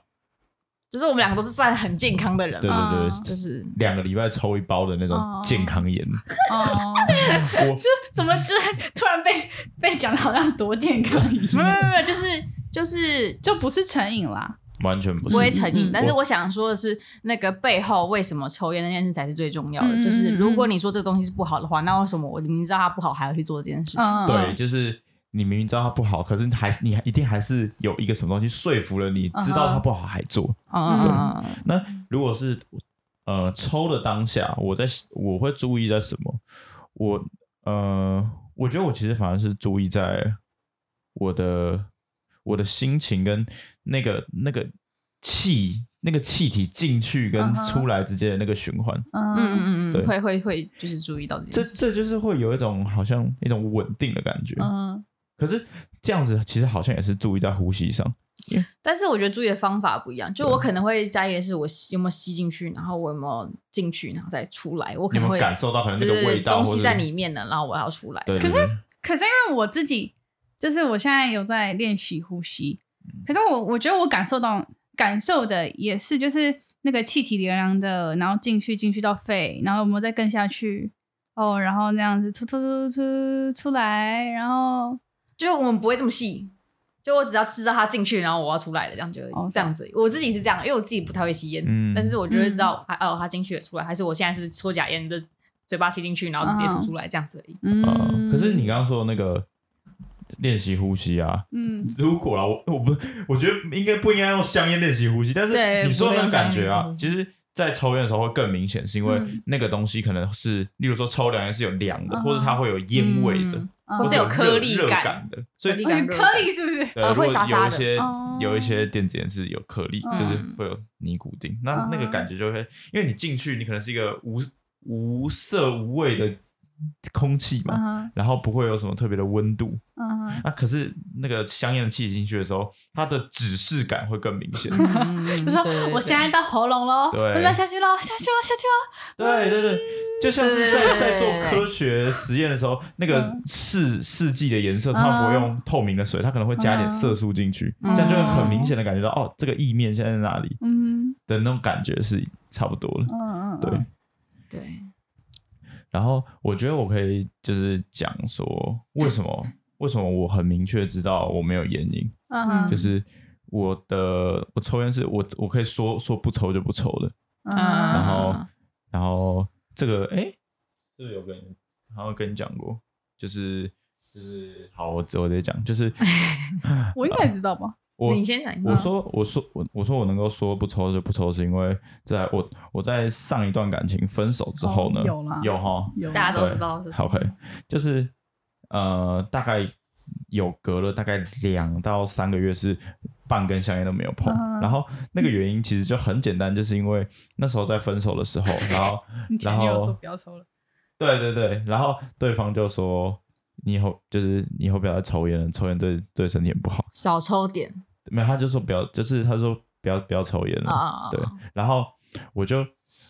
Speaker 3: 就是我们两个都是算很健康的人
Speaker 2: 对
Speaker 3: 嘛，
Speaker 2: 对
Speaker 1: 啊
Speaker 2: 对，
Speaker 3: 就是
Speaker 2: 两个礼拜抽一包的那
Speaker 1: 哦
Speaker 2: 种健康烟，
Speaker 1: 哦，
Speaker 2: 我
Speaker 1: 怎么就突然被被讲的好像多健康一
Speaker 3: 没有没
Speaker 1: 样？
Speaker 3: 有没有，就是就是
Speaker 1: 就不是成瘾啦，
Speaker 2: 完全不
Speaker 3: 不会
Speaker 2: 是，
Speaker 3: 成瘾
Speaker 1: 嗯，
Speaker 3: 但是我想说的是，那个背后为什么抽烟那件事才是最重要
Speaker 1: 嗯嗯
Speaker 3: 的。就是
Speaker 1: 嗯
Speaker 3: 如果你说这个东西是不好的话，那为什么我明明知道它不好，还要去做这件事情？
Speaker 1: 嗯，
Speaker 2: 对，就是。你明明知道它不好，可是你还你还一定还是有一个什么东西说服了你，知道它不好还做。
Speaker 3: 嗯嗯
Speaker 2: 那如果是呃抽的当下，我在我会注意在什么？我呃，我觉得我其实反而是注意在我的我的心情跟那个那个气那个气体进去跟
Speaker 1: 嗯哼
Speaker 2: 出来之间的那个循环。
Speaker 3: 嗯
Speaker 1: 嗯
Speaker 3: 嗯嗯
Speaker 2: 对
Speaker 3: 嗯，会会会，就是注意到这
Speaker 2: 这
Speaker 3: 件事。
Speaker 2: 这就是会有一种好像一种稳定的感觉。
Speaker 1: 嗯
Speaker 2: 可是这样子其实好像也是注意在呼吸上。
Speaker 3: 但是我觉得注意的方法不一样，就我可能会在意的是我吸有没有吸进去，然后我有没有进去，然后再出来，我可
Speaker 2: 你
Speaker 3: 能
Speaker 2: 们
Speaker 3: 会
Speaker 2: 感受到可能
Speaker 3: 就
Speaker 2: 那
Speaker 3: 是
Speaker 2: 个味道，
Speaker 3: 东
Speaker 2: 或
Speaker 3: 西
Speaker 2: 者
Speaker 3: 在里面了，然后我要出来。
Speaker 2: 对，
Speaker 1: 可
Speaker 2: 是
Speaker 1: 可是因为我自己，就是我现在有在练习呼吸，可是我我觉得我感受到感受的也是就是那个气体凉凉的，然后进去进去到肺，然后有没有再更下去？哦，然后那样子出出出出出来，然后
Speaker 3: 就是我们不会这么细，就我只要知道它进去，然后我要出来了，这样就、
Speaker 1: 哦
Speaker 3: 这样子。我自己是这样，因为我自己不太会吸烟，
Speaker 2: 嗯
Speaker 3: 但是我就会知道，啊哦，它进去了出来，还是我现在是抽假烟，就嘴巴吸进去，然后直接吐出来、这样子而已。
Speaker 1: 嗯，
Speaker 2: 呃，可是你刚刚说的那个练习呼吸啊，
Speaker 1: 嗯
Speaker 2: 如果啊，我我不，我觉得应该不应该用香烟练习呼吸，但
Speaker 3: 对
Speaker 2: 是你说的那个
Speaker 3: 不用香
Speaker 2: 感
Speaker 3: 烟
Speaker 2: 觉啊
Speaker 3: 练，习嗯
Speaker 2: 其实。在抽烟的时候会更明显，是因为那个东西可能是，例如说抽凉烟是有凉的，
Speaker 1: 嗯
Speaker 2: 或者它会有烟味的
Speaker 3: 嗯，
Speaker 1: 不
Speaker 3: 或是有颗粒
Speaker 2: 热热
Speaker 3: 感
Speaker 2: 感的，所以
Speaker 3: 颗粒
Speaker 1: 哦有颗粒是不是？
Speaker 2: 对
Speaker 3: 呃
Speaker 2: 如果
Speaker 3: 会沙沙
Speaker 2: 有一
Speaker 3: 的
Speaker 2: 些
Speaker 1: 哦
Speaker 2: 有一些电子烟是有颗粒，
Speaker 1: 嗯
Speaker 2: 就是会有尼古丁，那那个感觉就会，因为你进去你可能是一个无无色无味的空气
Speaker 1: 嗯
Speaker 2: 嘛，
Speaker 1: 哼
Speaker 2: 然后不会有什么特别的温度，
Speaker 1: 嗯哼，
Speaker 2: 啊，可是那个香烟的气体进去的时候，它的指示感会更明
Speaker 3: [laughs]
Speaker 2: 显。
Speaker 3: 嗯，
Speaker 1: [laughs] 就说
Speaker 3: 对对对
Speaker 1: 我现在到喉咙喽，
Speaker 2: 对
Speaker 1: 我要下去喽，下去喽，下去喽。
Speaker 2: 对对对，就像是在
Speaker 3: 对对对
Speaker 2: 在做
Speaker 3: 对对
Speaker 2: 科学实验的时候，那个
Speaker 1: 嗯
Speaker 2: 试试剂的颜色，它不会用透明的水，它可能会加一点色素进去，
Speaker 3: 嗯
Speaker 2: 这样就会很明显的感觉到，哦，这个意面现在在哪里
Speaker 1: 嗯
Speaker 2: 的那种感觉是差不多了。
Speaker 1: 嗯嗯，嗯
Speaker 2: 对，
Speaker 3: 对，
Speaker 2: 然后我觉得我可以就是讲说，为什么为什么我很明确知道我没有烟瘾，
Speaker 1: 嗯哼
Speaker 2: 就，是我的我抽烟是我我可以说说不抽就不抽的，
Speaker 1: 嗯
Speaker 2: 然
Speaker 1: 嗯
Speaker 2: 后
Speaker 3: 啊
Speaker 2: 然后这个哎，诶是不是有跟你好像跟你讲过，就是就是好，我直我直接讲，就是
Speaker 1: [laughs] 我应该知道吧？
Speaker 2: 我
Speaker 3: 你先讲一个，
Speaker 2: 我说我说我我说我能够说不抽就不抽，是因为在我我在上一段感情分手之后呢，
Speaker 1: 哦有啦
Speaker 2: 有哈，
Speaker 1: 有
Speaker 3: 大家都
Speaker 2: 对
Speaker 3: 知道是什么
Speaker 2: 好，OK，就是呃，大概有隔了大概两到三个月是半根香烟都没有碰，
Speaker 1: 嗯
Speaker 2: 然后那个原因其实就很简单，就是因为那时候在分手的
Speaker 3: [laughs]
Speaker 2: 时候，然后
Speaker 1: 你前
Speaker 2: 然
Speaker 1: 女友
Speaker 2: 后
Speaker 1: 说不要抽了，
Speaker 2: 对对对，然后对方就说你以后就是你以后不要再抽烟了，抽烟对对身体很不好。
Speaker 3: 少抽点
Speaker 2: 没有，他就说不要，就是他说不要不要抽烟了。嗯
Speaker 3: 啊，
Speaker 2: 对，然后我就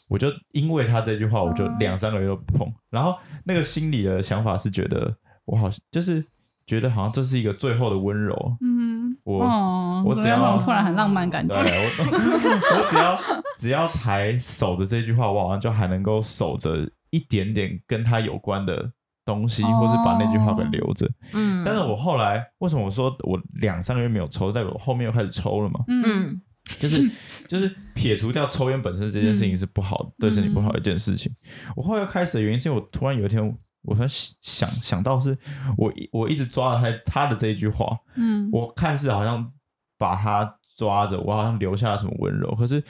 Speaker 2: 我就因为他这句话，我就
Speaker 1: 嗯
Speaker 2: 两三个月都不碰。然后那个心里的想法是觉得我好像就是觉得好像这是一个最后的温柔，
Speaker 1: 嗯，
Speaker 2: 我
Speaker 1: 哦，
Speaker 2: 我
Speaker 1: 怎
Speaker 2: 只
Speaker 1: 么样
Speaker 2: 要
Speaker 1: 让我突然很浪漫感觉
Speaker 2: 对，我 [laughs] 我只要只要还守着这句话，我好像就还能够守着一点点跟他有关的东西，或是把那句话给留着。
Speaker 3: 嗯，
Speaker 2: 但是我后来为什么我说我两三个月没有抽，代表我后面又开始抽了嘛？
Speaker 1: 嗯
Speaker 3: 嗯
Speaker 2: 就是就是 [laughs] 嗯撇除掉抽烟本身这件事情是不好的，对身体不好的一件事情。我后来开始的原因是因为我突然有一天，我突然想想到是我一我一直抓着他他的这一句话，
Speaker 1: 嗯，
Speaker 2: 我看似好像把他抓着，我好像留下了什么温柔，可是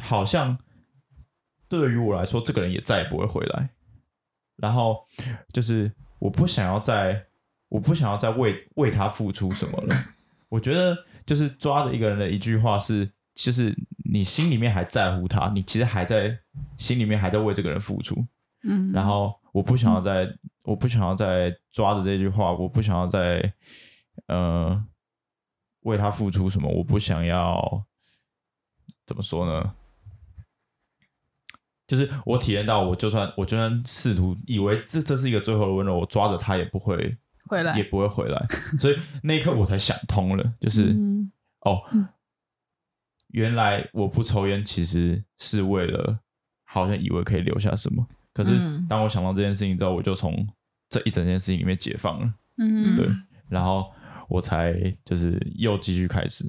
Speaker 2: 好像对于我来说，这个人也再也不会回来。然后就是我不想要再，我不想要再为为他付出什么了。我觉得就是抓着一个人的一句话是，就是你心里面还在乎他，你其实还在心里面还在为这个人付出。
Speaker 1: 嗯，
Speaker 2: 然后我不想要再，我不想要再抓着这句话，我不想要再，呃，为他付出什么，我不想要，怎么说呢？就是我体验到，我就算我就算试图以为这这是一个最后的温柔，我抓着他也不会
Speaker 1: 回来
Speaker 2: 也不会回来，所以那一刻我才想通了，就是、
Speaker 1: 嗯
Speaker 2: 哦
Speaker 1: 嗯，
Speaker 2: 原来我不抽烟其实是为了，好像以为可以留下什么。可是
Speaker 3: 嗯
Speaker 2: 当我想到这件事情之后，我就从这一整件事情里面解放了，
Speaker 1: 嗯，
Speaker 2: 对，然后我才就是又继续开始，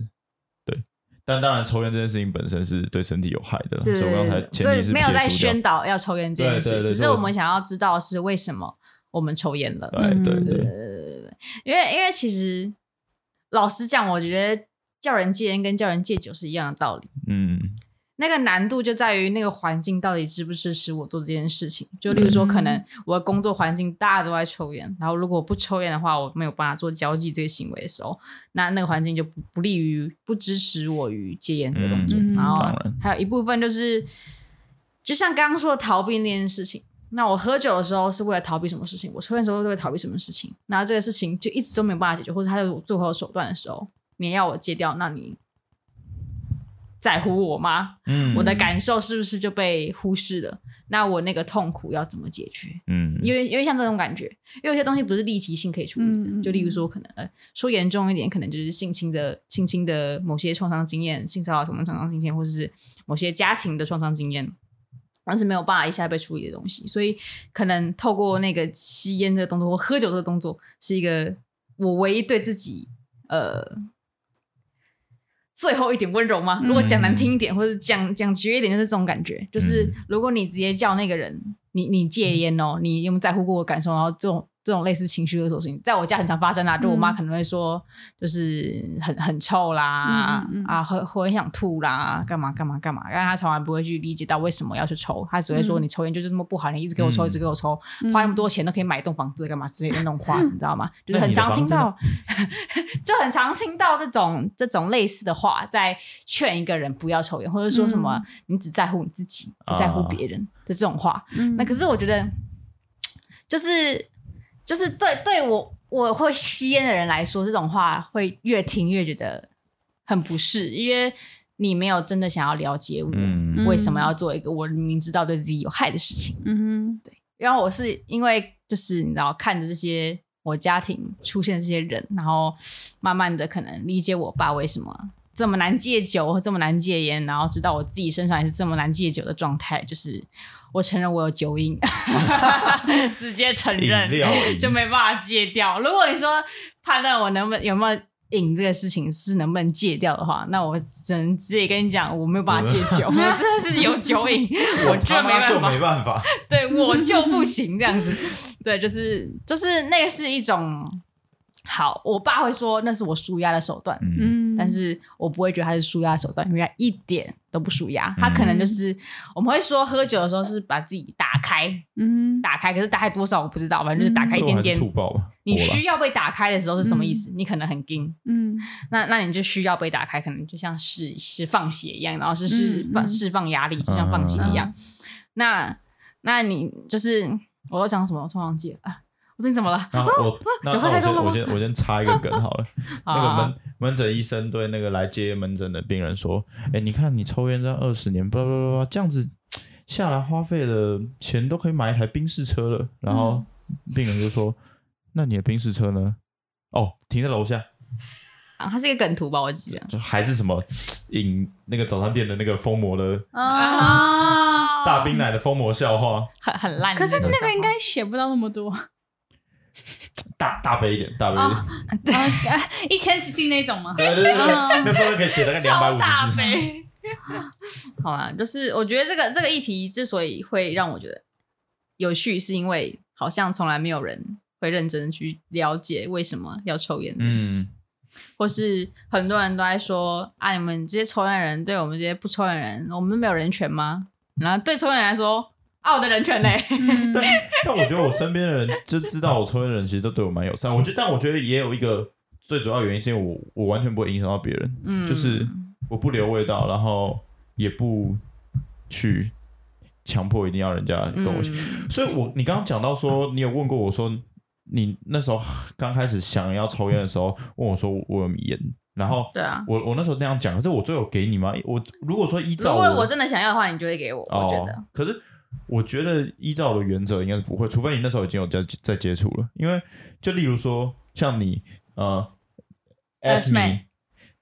Speaker 2: 对。但当然，抽烟这件事情本身是对身体有害的啦，
Speaker 3: 对
Speaker 2: 所以我刚才
Speaker 3: 对对，所
Speaker 2: 前提
Speaker 3: 以
Speaker 2: 是
Speaker 3: 没有
Speaker 2: 撇
Speaker 3: 在
Speaker 2: 除掉
Speaker 3: 宣导要抽烟这件
Speaker 2: 对
Speaker 3: 事，
Speaker 2: 对对
Speaker 3: 只是
Speaker 2: 对
Speaker 3: 我们想要知道是为什么我们抽烟了。
Speaker 2: 对对
Speaker 1: 嗯
Speaker 2: 对，
Speaker 3: 因为因为其实老实讲，我觉得叫人戒烟跟叫人戒酒是一样的道理。
Speaker 2: 嗯
Speaker 3: 那个难度就在于那个环境到底支不支持我做这件事情。就例如说，
Speaker 1: 嗯
Speaker 3: 可能我的工作环境大家都在抽烟，然后如果我不抽烟的话，我没有办法做交际这个行为的时候，那那个环境就不不利于不支持我于戒烟这个动作。
Speaker 1: 嗯
Speaker 3: 然后
Speaker 2: 当然
Speaker 3: 还有一部分就是，就像刚刚说的逃避那件事情。那我喝酒的时候是为了逃避什么事情？我抽烟的时候是为了逃避什么事情？那这个事情就一直都没有办法解决，或者他有最后的手段的时候，你要我戒掉，那你在乎我吗？
Speaker 2: 嗯，
Speaker 3: 我的感受是不是就被忽视了？那我那个痛苦要怎么解决？
Speaker 2: 嗯，
Speaker 3: 因为因为像这种感觉，因为有些东西不是立即性可以处理的，
Speaker 1: 嗯嗯
Speaker 3: 就例如说可能、呃、说严重一点，可能就是性侵的性侵的某些创伤经验，性骚扰什么创伤经验，或者是某些家庭的创伤经验，但是没有办法一下被处理的东西，所以可能透过那个吸烟这个动作或喝酒这个动作，是一个我唯一对自己呃。最后一点温柔吗？
Speaker 1: 嗯嗯
Speaker 3: 如果讲难听一点，或者讲讲绝一点，就是这种感觉。就是如果你直接叫那个人，你 [laughs] 你
Speaker 2: 嗯
Speaker 3: 戒烟哦，你有没有在乎过我感受？然后这种这种类似情绪勒索事情，在我家很常发生啊。就我妈
Speaker 1: 嗯
Speaker 3: 可能会说，就是很很臭啦，
Speaker 1: 嗯嗯嗯
Speaker 3: 啊，会会很想吐啦，干嘛干嘛干嘛。但她从来不会去理解到为什么要去抽，她只会说
Speaker 1: 嗯
Speaker 3: 你抽烟就是这么不好，你一直给我
Speaker 2: 嗯
Speaker 3: 抽，一直给我抽，花那么多钱都可以买一栋房子干嘛之类的那
Speaker 2: [laughs]
Speaker 3: 种话，你知道吗？就
Speaker 2: 那
Speaker 3: 是很
Speaker 2: 你的
Speaker 3: 常
Speaker 2: 房
Speaker 3: 听
Speaker 2: 子呢
Speaker 3: 到， [laughs] 就很常听到这种这种类似的话，在劝一个人不要抽烟，或者说什么、
Speaker 2: 嗯
Speaker 3: 你只在乎你自己，不在乎
Speaker 2: 啊
Speaker 3: 别人的这种话。
Speaker 1: 嗯，
Speaker 3: 那可是我觉得，就是就是对对我我会吸烟的人来说，这种话会越听越觉得很不适，因为你没有真的想要了解我、
Speaker 2: 嗯
Speaker 1: 嗯
Speaker 3: 为什么要做一个我明明知道对自己有害的事情。
Speaker 1: 嗯
Speaker 3: 然后我是因为就是你知道看着这些我家庭出现的这些人，然后慢慢的可能理解我爸为什么这么难戒酒和这么难戒烟，然后知道我自己身上也是这么难戒酒的状态，就是我承认我有酒
Speaker 2: [laughs]
Speaker 3: 瘾，直接承认
Speaker 2: 饮料瘾
Speaker 3: 就没办法戒掉。如果你说判断我能不能有没有瘾这个事情是能不能戒掉的话，那我只能直接跟你讲，我没有办法戒
Speaker 2: [laughs]
Speaker 3: 酒，我真的是有酒瘾，我就
Speaker 2: 他
Speaker 3: 没
Speaker 2: 妈
Speaker 3: 办
Speaker 2: 就
Speaker 3: 法
Speaker 2: 没。办法，
Speaker 3: 对我就不行这样子。对，就是就是那个是一种好，我爸会说那是我舒压的手段，
Speaker 1: 嗯，
Speaker 2: 嗯，
Speaker 3: 但是我不会觉得它是舒压的手段，因为它一点都不舒压，它可能
Speaker 2: 嗯
Speaker 3: 就是、我们会说喝酒的时候是把自己打开，
Speaker 1: 嗯，
Speaker 3: 打开，可是打开多少我不知道，反正就是打开一
Speaker 2: 嗯我还
Speaker 3: 点
Speaker 2: 是
Speaker 3: 点。
Speaker 2: 吐爆吧，
Speaker 3: 你
Speaker 2: 我啦
Speaker 3: 需要被打开的时候是什么意思？你可能很硬，
Speaker 1: 嗯
Speaker 3: 那那你就需要被打开，可能就像释释放血一样，然后是释
Speaker 1: 嗯
Speaker 3: 放
Speaker 1: 嗯
Speaker 3: 释放压力，就像放血一样。
Speaker 2: 嗯
Speaker 3: 那那你就是我要讲什么？我突然忘记了啊！我最近怎么了？
Speaker 2: 然后
Speaker 3: [laughs]
Speaker 2: 我那
Speaker 3: 酒喝
Speaker 2: 那
Speaker 3: 太多了吗
Speaker 2: 我先我先我先插一个梗好了。那个
Speaker 3: 啊
Speaker 2: 门门诊医生对那个来接门诊的病人说：“哎、你看你抽烟这样二十年，巴拉巴拉巴拉，这样子下来花费的钱都可以买一台宾士车
Speaker 3: 嗯
Speaker 2: 了。”然后病人就说：“那你的宾士车呢？哦，停在楼下，
Speaker 3: 啊它是一个梗图吧？我记得
Speaker 2: 就还是什么饮那个早餐店的那个封魔的
Speaker 1: [laughs]
Speaker 3: 哦
Speaker 1: 啊，
Speaker 2: 大冰奶的封魔笑话，
Speaker 3: 很很烂。
Speaker 1: 可是那个应该写不到那么多，
Speaker 2: 大大杯一点，大杯一点，
Speaker 3: 哦
Speaker 1: 啊 [laughs] 一千 cc 那种吗？
Speaker 2: 对对对对，
Speaker 1: 嗯
Speaker 2: 那时候可以写大概两百
Speaker 3: 超
Speaker 2: 五
Speaker 3: 大
Speaker 2: 十字。” [laughs]
Speaker 3: 杯。好啦，就是我觉得这个这个议题之所以会让我觉得有趣，是因为好像从来没有人会认真的去了解为什么要抽烟这件事情。
Speaker 2: 嗯，
Speaker 3: 或是很多人都在说啊，你们这些抽烟的人对我们这些不抽烟的人，我们没有人权吗？然后对抽烟人来说，啊，我的人
Speaker 2: [laughs]
Speaker 3: 权嘞，
Speaker 1: 嗯
Speaker 2: 但但我觉得我身边的人就知道我抽烟的人，其实都对我蛮友善。我觉得，但我觉得也有一个最主要原因，是因为我我完全不会影响到别人，
Speaker 3: 嗯，
Speaker 2: 就是我不留味道，然后也不去强迫一定要人家跟我一起。
Speaker 3: 嗯
Speaker 2: 所以我，你刚刚讲到说，你有问过我说，你那时候刚开始想要抽烟的时候，问我说我我有迷烟，然后 [laughs]
Speaker 3: 对啊。
Speaker 2: 我我那时候那样讲，可是我最后给你吗？我如果说依
Speaker 3: 如
Speaker 2: 照
Speaker 3: 果我真的想要的话，你就会给我，我觉得
Speaker 2: 哦。可是我觉得依照我的原则应该是不会，除非你那时候已经有在在接触了。因为就例如说，像你呃
Speaker 1: Ask
Speaker 2: me。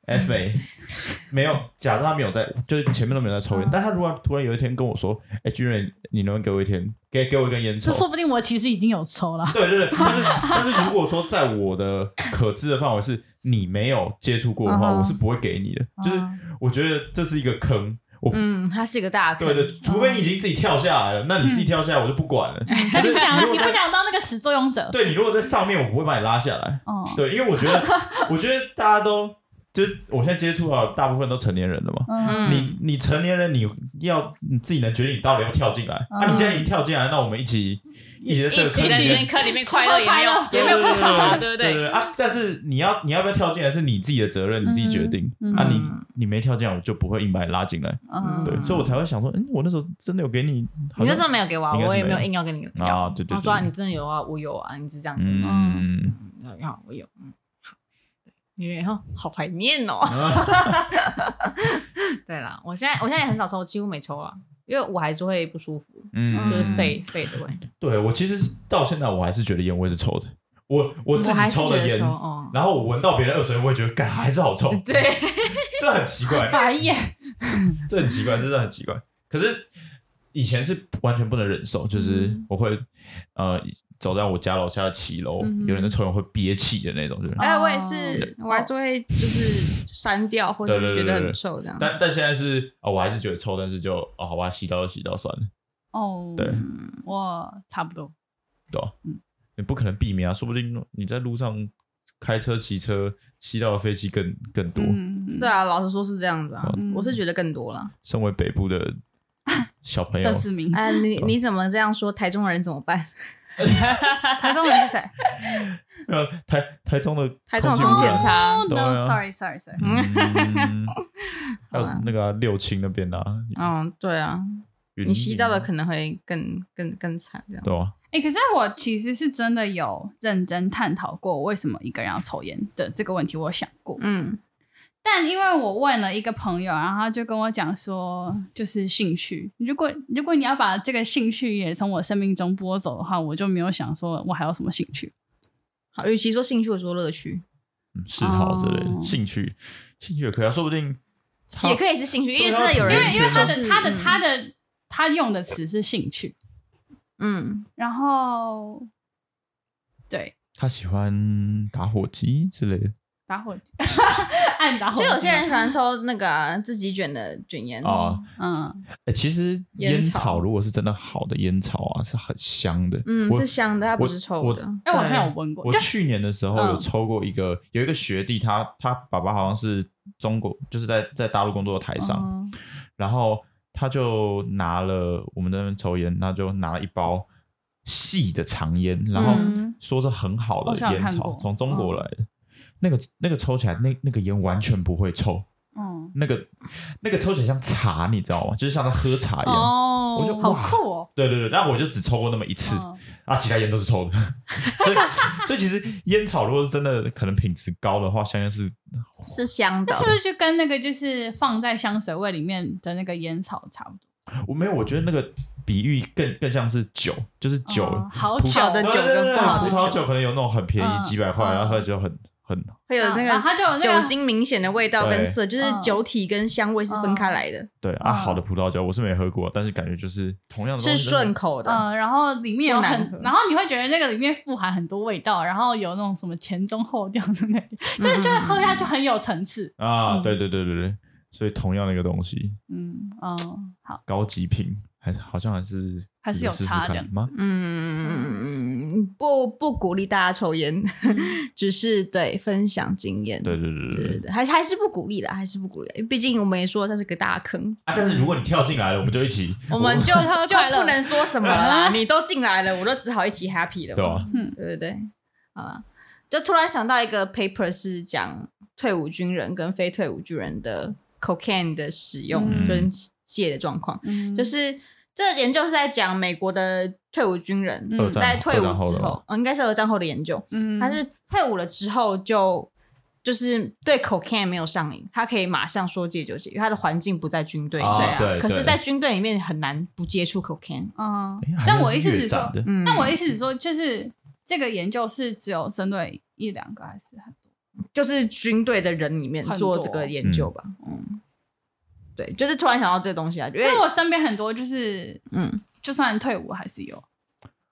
Speaker 2: S 妹
Speaker 1: [laughs]
Speaker 2: 没有，假设他没有在，就是前面都没有在抽烟，
Speaker 1: 嗯
Speaker 2: 但他如果突然有一天跟我说：“哎、君瑞，你能不能给我一天，给给我一根烟抽
Speaker 1: 这？”
Speaker 2: 啊
Speaker 1: 说不定我其实已经有抽了，
Speaker 2: 对对 [laughs] 对，但是但是如果说在我的可知的范围是你没有接触过的话，
Speaker 1: 嗯哼哦
Speaker 2: 我是不会给你的。就是我觉得这是一个坑，我
Speaker 3: 嗯，它是一个大坑。
Speaker 2: [laughs] 对对，除非你已经自己跳下来了，那你自己跳下来我就不管了。
Speaker 1: 但
Speaker 2: 可
Speaker 1: 你
Speaker 2: 是
Speaker 1: 不想
Speaker 2: 你如
Speaker 1: 你
Speaker 2: 果
Speaker 1: 不
Speaker 2: 在
Speaker 1: 想当那个始作俑者，
Speaker 2: [laughs] 对你如果在上面，我不会把你拉下来。
Speaker 1: 哦，
Speaker 2: 对，因为我觉得，我觉得大家都就是我现在接触到的大部分都成年人了嘛。
Speaker 1: 嗯
Speaker 3: 嗯，
Speaker 2: 你你成年人，你要你自己能决定你到底要不要跳进来。啊，你既然一跳进来，那我们一起一起在这
Speaker 3: 一
Speaker 2: 个
Speaker 3: 起
Speaker 2: 坑
Speaker 3: 在
Speaker 2: 里
Speaker 3: 里
Speaker 2: 面 [laughs]
Speaker 3: 面。坑里面
Speaker 1: 吃喝
Speaker 3: 快乐也
Speaker 1: 快
Speaker 3: 没有
Speaker 1: 乐
Speaker 3: 也没有不好啊，
Speaker 2: 对
Speaker 3: 对不
Speaker 2: 对
Speaker 3: 对？
Speaker 2: 啊！但是你要你要不要跳进来是你自己的责任，你自己决定。
Speaker 1: 嗯
Speaker 2: 啊，你
Speaker 3: 嗯
Speaker 2: 你没跳进来，我就不会硬把你拉进来。
Speaker 1: 嗯，
Speaker 2: 对，
Speaker 3: 嗯
Speaker 2: 所以我才会想说，嗯，我那时候真的有给你，好
Speaker 3: 你那
Speaker 2: 像
Speaker 3: 时候没有给我，啊，
Speaker 2: 应该是
Speaker 3: 我也没有
Speaker 2: 没有
Speaker 3: 硬要跟你
Speaker 2: 啊，
Speaker 3: 要。
Speaker 2: 对对
Speaker 3: 他
Speaker 2: 对，
Speaker 3: 说啊你真的有啊，我有啊，你是这样跟我讲。
Speaker 2: 嗯，
Speaker 3: [laughs] 嗯要我有，嗯，好，对，然后好怀念哦。
Speaker 2: 嗯
Speaker 3: 对啦，我现在我现在也很少抽，几乎没抽啊，因为我还是会不舒服，
Speaker 2: 嗯
Speaker 3: [laughs] 就是。肺肺的问题。
Speaker 2: 对我其实是到现在我还是觉得烟味是臭的，我我自己
Speaker 3: 嗯还是
Speaker 2: 抽
Speaker 3: 觉
Speaker 2: 的
Speaker 3: 得
Speaker 2: 烟
Speaker 3: 抽，哦，
Speaker 2: 然后我闻到别人二手烟，我也觉得，感还是好臭，
Speaker 3: 对，
Speaker 2: [laughs] 这很奇怪，
Speaker 1: 白眼，
Speaker 2: 这很奇怪，这真的很奇怪。可是以前是完全不能忍受，就是
Speaker 3: 嗯
Speaker 2: 我会呃走在我家楼下的七楼，
Speaker 1: 嗯哼
Speaker 2: 有人在抽烟我会憋气的那种，就是。
Speaker 1: 哦
Speaker 3: [laughs] 哎，我也是，我还是会就是删掉，或者是觉得很臭这样。
Speaker 2: 但但现在是啊、我还是觉得臭，但是就哦，好吧，洗到就洗到算了，
Speaker 1: 哦，
Speaker 2: 对，
Speaker 1: 我差不多，
Speaker 2: 对吧？
Speaker 1: 嗯
Speaker 2: 你不可能避免啊，说不定你在路上开车、骑车吸到的废气更更多。
Speaker 1: 嗯，
Speaker 3: 对啊，老实说是这样子啊，
Speaker 1: 嗯
Speaker 3: 我是觉得更多了。
Speaker 2: 身为北部的小朋友
Speaker 1: 邓，志明，
Speaker 3: 哎，你
Speaker 2: 嗯
Speaker 3: 你怎么这样说？台中人怎么 [laughs] 办？
Speaker 1: 台中人是谁？
Speaker 2: 呃，台台中的
Speaker 3: 台中
Speaker 2: 空
Speaker 3: 空
Speaker 2: 气污
Speaker 3: 气
Speaker 2: 染
Speaker 3: 很差。
Speaker 1: 哦
Speaker 2: 对啊
Speaker 1: no，sorry，sorry，sorry，
Speaker 2: 嗯，还有
Speaker 3: [laughs] 好啦
Speaker 2: 那个啊六轻那边啊，
Speaker 3: 嗯，对啊，
Speaker 2: 云
Speaker 3: 你吸到的
Speaker 2: 林
Speaker 3: 可能会更更更惨这样。
Speaker 2: 对啊，
Speaker 1: 哎、可是我其实是真的有认真探讨过为什么一个人要抽烟的这个问题，我想过。
Speaker 3: 嗯
Speaker 1: 但因为我问了一个朋友，然后他就跟我讲说，就是兴趣。如果如果你要把这个兴趣也从我生命中剥走的话，我就没有想说我还有什么兴趣。
Speaker 3: 好，与其说兴趣，我说乐趣。
Speaker 2: 嗯嗜好之类的
Speaker 1: 哦
Speaker 2: 兴趣，兴趣也可以啊，说不定他
Speaker 3: 也可以是兴趣，因为
Speaker 2: 对啊
Speaker 3: 真的有人
Speaker 1: 因
Speaker 2: 因
Speaker 1: 为因为他
Speaker 3: 就是
Speaker 1: 的他的
Speaker 3: 嗯
Speaker 1: 他的他用的词是兴趣，
Speaker 3: 嗯，
Speaker 1: 然后对
Speaker 2: 他喜欢打火机之类的
Speaker 1: 打火机， [laughs] 按打火
Speaker 3: 就
Speaker 1: 机，
Speaker 3: 有些人喜欢抽那个啊自己卷的卷烟
Speaker 2: 啊。
Speaker 1: 嗯，
Speaker 2: 哎、其实
Speaker 3: 哦烟
Speaker 2: 烟
Speaker 3: 草
Speaker 2: 草如果是真的好的烟草啊，是很香的。
Speaker 3: 嗯，
Speaker 2: 我
Speaker 3: 是香的，它不
Speaker 2: 我
Speaker 3: 是抽的
Speaker 2: 我。
Speaker 1: 哎我好
Speaker 2: 在
Speaker 1: 像有闻过
Speaker 2: 我
Speaker 1: 就
Speaker 2: 去年的时候
Speaker 1: 嗯
Speaker 2: 有抽过一个，有一个学弟他，他爸爸好像是中国，就是在在大陆工作
Speaker 1: 嗯
Speaker 2: 的台上，
Speaker 3: 哦
Speaker 2: 然后他就拿了我们在那边抽烟，他就拿了一包细的长烟，然后
Speaker 3: 嗯
Speaker 2: 说是很好
Speaker 1: 我
Speaker 2: 的
Speaker 1: 好像有
Speaker 2: 烟
Speaker 1: 哦看
Speaker 2: 草
Speaker 1: 过，嗯
Speaker 2: 从中国来的。那个那个抽起来，那那个烟完全不会臭，
Speaker 1: 哦
Speaker 2: 那个那个抽起来像茶，你知道吗？就是像在喝茶一样。
Speaker 1: 哦
Speaker 2: 我就
Speaker 1: 好
Speaker 2: 哇
Speaker 1: 酷
Speaker 3: [laughs]
Speaker 1: 哦，
Speaker 2: 对对对，但我就只抽过那么一次，
Speaker 1: 嗯
Speaker 2: 啊，其他烟都是抽的， [laughs] 所以所以其实烟草如果是真的可能品质高的话，香烟是
Speaker 3: 是香的
Speaker 1: 那，是不是就跟那个就是放在香水味里面的那个烟草差不多？
Speaker 2: 我没有，我觉得那个比喻更更像是酒，就是酒，
Speaker 1: 哦好
Speaker 2: 葡
Speaker 1: 酒
Speaker 2: 萄
Speaker 3: 好的酒
Speaker 2: 对对对
Speaker 3: 跟不好的
Speaker 2: 葡萄
Speaker 3: 酒
Speaker 2: 酒可能有那种很便宜、
Speaker 1: 嗯
Speaker 2: 几百块，
Speaker 1: 嗯
Speaker 2: 然后喝酒很很
Speaker 3: 会有那
Speaker 1: 然后
Speaker 3: 个
Speaker 1: 它就有那
Speaker 3: 酒
Speaker 1: 个
Speaker 3: 精明显的味道跟
Speaker 2: 对
Speaker 3: 色，就是
Speaker 1: 嗯
Speaker 3: 酒体跟香味是分开来的，
Speaker 2: 对啊，
Speaker 1: 嗯
Speaker 2: 好的葡萄酒我是没喝过，但是感觉就是同样的
Speaker 3: 是
Speaker 2: 东西
Speaker 3: 顺口的。
Speaker 1: 嗯，然后里面有
Speaker 3: 不难喝
Speaker 1: 很，然后你会觉得那个里面富含很多味道，然后有那种什么前中后调的感觉，
Speaker 3: 嗯
Speaker 1: 就是就是喝下去很有层次。
Speaker 2: 啊，
Speaker 1: 嗯
Speaker 2: 对对对对对，所以同样的一个东西，
Speaker 1: 嗯哦，好，
Speaker 2: 高级品还是好像还是
Speaker 1: 还是有
Speaker 2: 值得试试
Speaker 1: 差
Speaker 2: 看
Speaker 1: 这样
Speaker 2: 吗？
Speaker 3: 嗯，不不鼓励大家抽烟，
Speaker 1: 嗯
Speaker 3: [laughs] 只是对分享经验。
Speaker 2: 对对对对
Speaker 3: 对对
Speaker 2: 对。
Speaker 3: 对，还是还是不鼓励的，还是不鼓励的，因为毕竟我们也说它是个大坑，
Speaker 2: 啊！但是如果你跳进来了，我们就一起，
Speaker 3: 我们就
Speaker 1: 吃喝
Speaker 3: 就
Speaker 1: 快乐
Speaker 3: 不能说什么了
Speaker 1: [laughs]
Speaker 3: 啦。你都进来了，我都只好一起 happy 了嘛。
Speaker 2: 对啊
Speaker 1: 嗯
Speaker 3: 对对对，好了，就突然想到一个 paper 是讲退伍军人跟非退伍军人的 cocaine 的使用
Speaker 1: 嗯
Speaker 3: 跟戒的状况，
Speaker 1: 嗯
Speaker 3: 就是这研究是在讲美国的退伍军人、
Speaker 1: 嗯
Speaker 2: 二战
Speaker 3: 在退伍
Speaker 2: 二战后
Speaker 3: 之
Speaker 2: 的吧
Speaker 3: 后，嗯，应该是二战后的研究，
Speaker 1: 嗯
Speaker 3: 他是退伍了之后就就是对 cocaine 没有上瘾，他可以马上说戒就戒，因为他的环境不在军队里
Speaker 2: 啊
Speaker 3: 面
Speaker 2: 对
Speaker 3: 可是，
Speaker 2: 对
Speaker 3: 在军队里面很难不接触 cocaine。
Speaker 1: 嗯
Speaker 2: 哎好，
Speaker 1: 但
Speaker 2: 像
Speaker 1: 我意思
Speaker 2: 越
Speaker 1: 是
Speaker 2: 战
Speaker 1: 说，
Speaker 2: 的
Speaker 3: 嗯
Speaker 1: 但我的意思是说，就是这个研究是只有针对一两个还是很多？
Speaker 3: 就是军队的人里面
Speaker 1: 很
Speaker 3: 做
Speaker 1: 多
Speaker 3: 这个研究吧。嗯，对，就是突然想到这个东西啊，因
Speaker 1: 因
Speaker 3: 为
Speaker 1: 为我身边很多就是，
Speaker 3: 嗯，
Speaker 1: 就算退伍还是有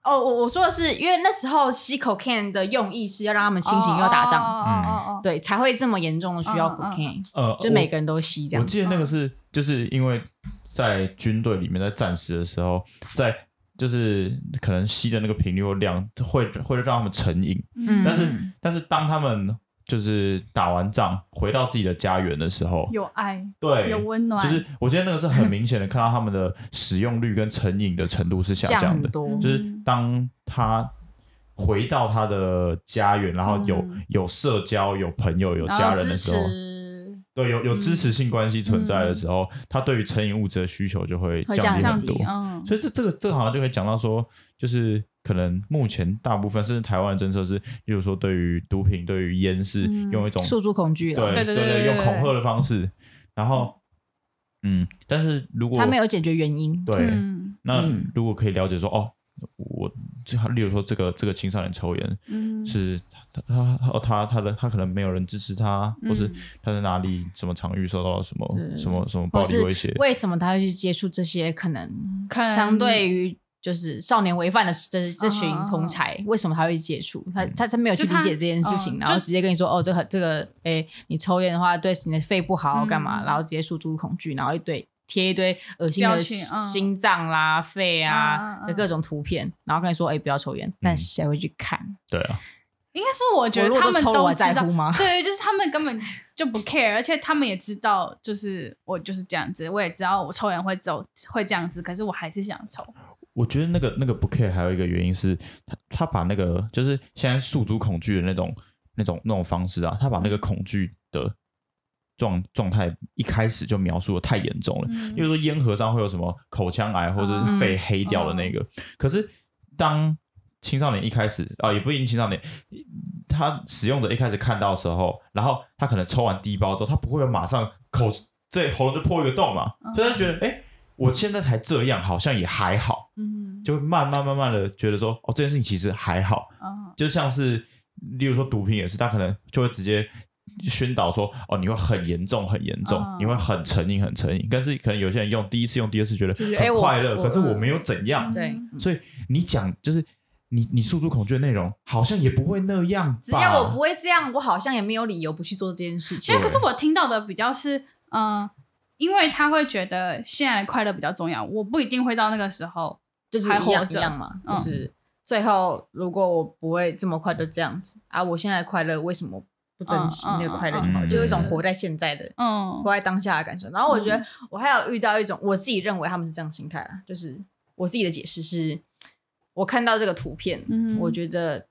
Speaker 3: 哦，我我说的是，因为那时候吸 cocaine 的用意是要让他们清醒又打仗，
Speaker 1: 哦哦
Speaker 2: 嗯
Speaker 1: 哦哦哦，
Speaker 3: 对，才会这么严重的需要
Speaker 1: 嗯嗯
Speaker 3: cocaine，、
Speaker 2: 呃，
Speaker 3: 就
Speaker 2: 我
Speaker 3: 每个人都吸这
Speaker 2: 我
Speaker 3: 样子。
Speaker 2: 记得那个是，就是因为在军队里面，在战时的时候，在就是可能吸的那个频率或量会会让他们成瘾，
Speaker 3: 嗯
Speaker 2: 但是但是当他们就是打完仗回到自己的家园的时候，
Speaker 1: 有爱，
Speaker 2: 对，
Speaker 1: 有温暖，
Speaker 2: 就是我觉得那个
Speaker 1: [laughs]
Speaker 2: 是很明显的，看到他们的使用率跟成瘾的程度是下
Speaker 3: 降
Speaker 2: 降
Speaker 3: 很
Speaker 2: 的，
Speaker 3: 多，
Speaker 1: 嗯
Speaker 2: 就是当他。回到他的家园，然后有、有社交、有朋友、有
Speaker 1: 嗯然
Speaker 2: 家
Speaker 1: 后
Speaker 2: 人的
Speaker 1: 支
Speaker 2: 时候，
Speaker 1: 持
Speaker 2: 对，有有
Speaker 1: 嗯
Speaker 2: 支持性关系存在的时候，他对于成瘾物质的需求就会
Speaker 3: 会
Speaker 2: 降低
Speaker 1: 降
Speaker 2: 很
Speaker 1: 低
Speaker 2: 多。，
Speaker 1: 嗯，
Speaker 2: 所以这这个这个好像就可以讲到说，就是可能目前大部分甚至台湾的政策是，例如说对于毒品、对于烟是
Speaker 1: 嗯
Speaker 2: 用一种、
Speaker 3: 诉诸恐惧了，
Speaker 2: 对
Speaker 1: 对对
Speaker 2: 对
Speaker 1: 对对
Speaker 2: 用
Speaker 1: 对
Speaker 2: 恐吓的方式，然后嗯，但是如果
Speaker 3: 他没有解决原因。
Speaker 2: 对，
Speaker 1: 嗯
Speaker 2: 那
Speaker 3: 嗯
Speaker 2: 如果可以了解说哦。我这例如说，这个这个青少年抽烟
Speaker 1: 嗯
Speaker 2: 是他他他他他的他可能没有人支持他，或是
Speaker 1: 嗯
Speaker 2: 他在哪里什么场域受到了什么
Speaker 3: 对
Speaker 2: 什么什么暴
Speaker 3: 或
Speaker 2: 力
Speaker 3: 是
Speaker 2: 威胁，
Speaker 3: 为什么他会去接触这些可能
Speaker 1: 可能
Speaker 3: 相对于就是少年违犯的这这群
Speaker 1: 啊
Speaker 3: 同才，为什么他会接触？他他哦他没有去理解这件事情，
Speaker 1: 就他嗯
Speaker 3: 然后
Speaker 1: 就
Speaker 3: 直接跟你说哦，这个这个，哎，你抽烟的话对你的肺不好，
Speaker 1: 嗯
Speaker 3: 干嘛？然后直接诉诸恐惧，然后一堆贴一堆恶心的
Speaker 1: 标签嗯
Speaker 3: 心脏啦、肺啊
Speaker 1: 嗯嗯嗯
Speaker 3: 的各种图片，然后跟你说哎，不要抽烟，但谁会去看？
Speaker 2: 对啊，
Speaker 1: 应该说，我觉得
Speaker 3: 我如
Speaker 1: 他
Speaker 3: 果
Speaker 1: 们
Speaker 3: 抽了，
Speaker 1: 都
Speaker 3: 我
Speaker 1: 知
Speaker 3: 在
Speaker 1: 道
Speaker 3: 乎，吗？
Speaker 1: [laughs] 对，就是他们根 [laughs] 本就不 care，而且他们也知道，就是我就是这样子，我也知道我抽烟会走会这样子，可是我还是想抽，
Speaker 2: 我觉得那个那个不 care 还有一个原因是他他把那个就是现在诉诸恐惧的那种那种那种方式啊，他把那个恐惧的状状态一开始就描述的太严重了。
Speaker 1: 嗯
Speaker 2: 例如说烟盒上会有什么口腔癌或者是肺黑掉的那
Speaker 1: 嗯
Speaker 2: 个，可是当青少年一开始啊、也不一定青少年，他使用者一开始看到的时候，然后他可能抽完第一包之后，他不会有马上口这喉咙就破一个洞嘛，
Speaker 1: 嗯
Speaker 2: 所以他就觉得哎、诶我现在才这样，好像也还好。
Speaker 1: 嗯
Speaker 2: 就会慢慢慢慢的觉得说，哦，这件事情其实还好，
Speaker 1: 嗯
Speaker 2: 就像是例如说毒品也是，他可能就会直接宣导说哦，你会很严重，很严重，
Speaker 1: 哦
Speaker 2: 你会很成瘾，很成瘾。但是可能有些人用第一次用，第二次觉得
Speaker 3: 就是哎
Speaker 2: 很
Speaker 3: 我
Speaker 2: 快乐，
Speaker 3: 我
Speaker 2: 可是我没有怎样。
Speaker 1: 嗯
Speaker 3: 对，
Speaker 2: 所以你讲就是你你诉诸恐惧的内容，好像也不会那样吧？
Speaker 3: 只要我不会这样，我好像也没有理由不去做这件事情
Speaker 1: 因。为可是我听到的比较是，嗯、因为他会觉得现在的快乐比较重要，我不一定会到那个时候。
Speaker 3: 就是
Speaker 1: 还
Speaker 3: 一样
Speaker 1: 活
Speaker 3: 一
Speaker 1: 着
Speaker 3: 样嘛，
Speaker 1: 嗯
Speaker 3: 就是最后如果我不会这么快就这样子啊，我现在的快乐为什么不珍惜
Speaker 1: 嗯嗯
Speaker 3: 那个快乐就好？
Speaker 2: 嗯嗯
Speaker 3: 就有一种活在现在的、
Speaker 1: 嗯
Speaker 3: 活在当下的感受。然后我觉得我还有遇到一种我自己认为他们是这样的心态啦，就是我自己的解释是，我看到这个图片，
Speaker 1: 嗯
Speaker 3: 我觉得。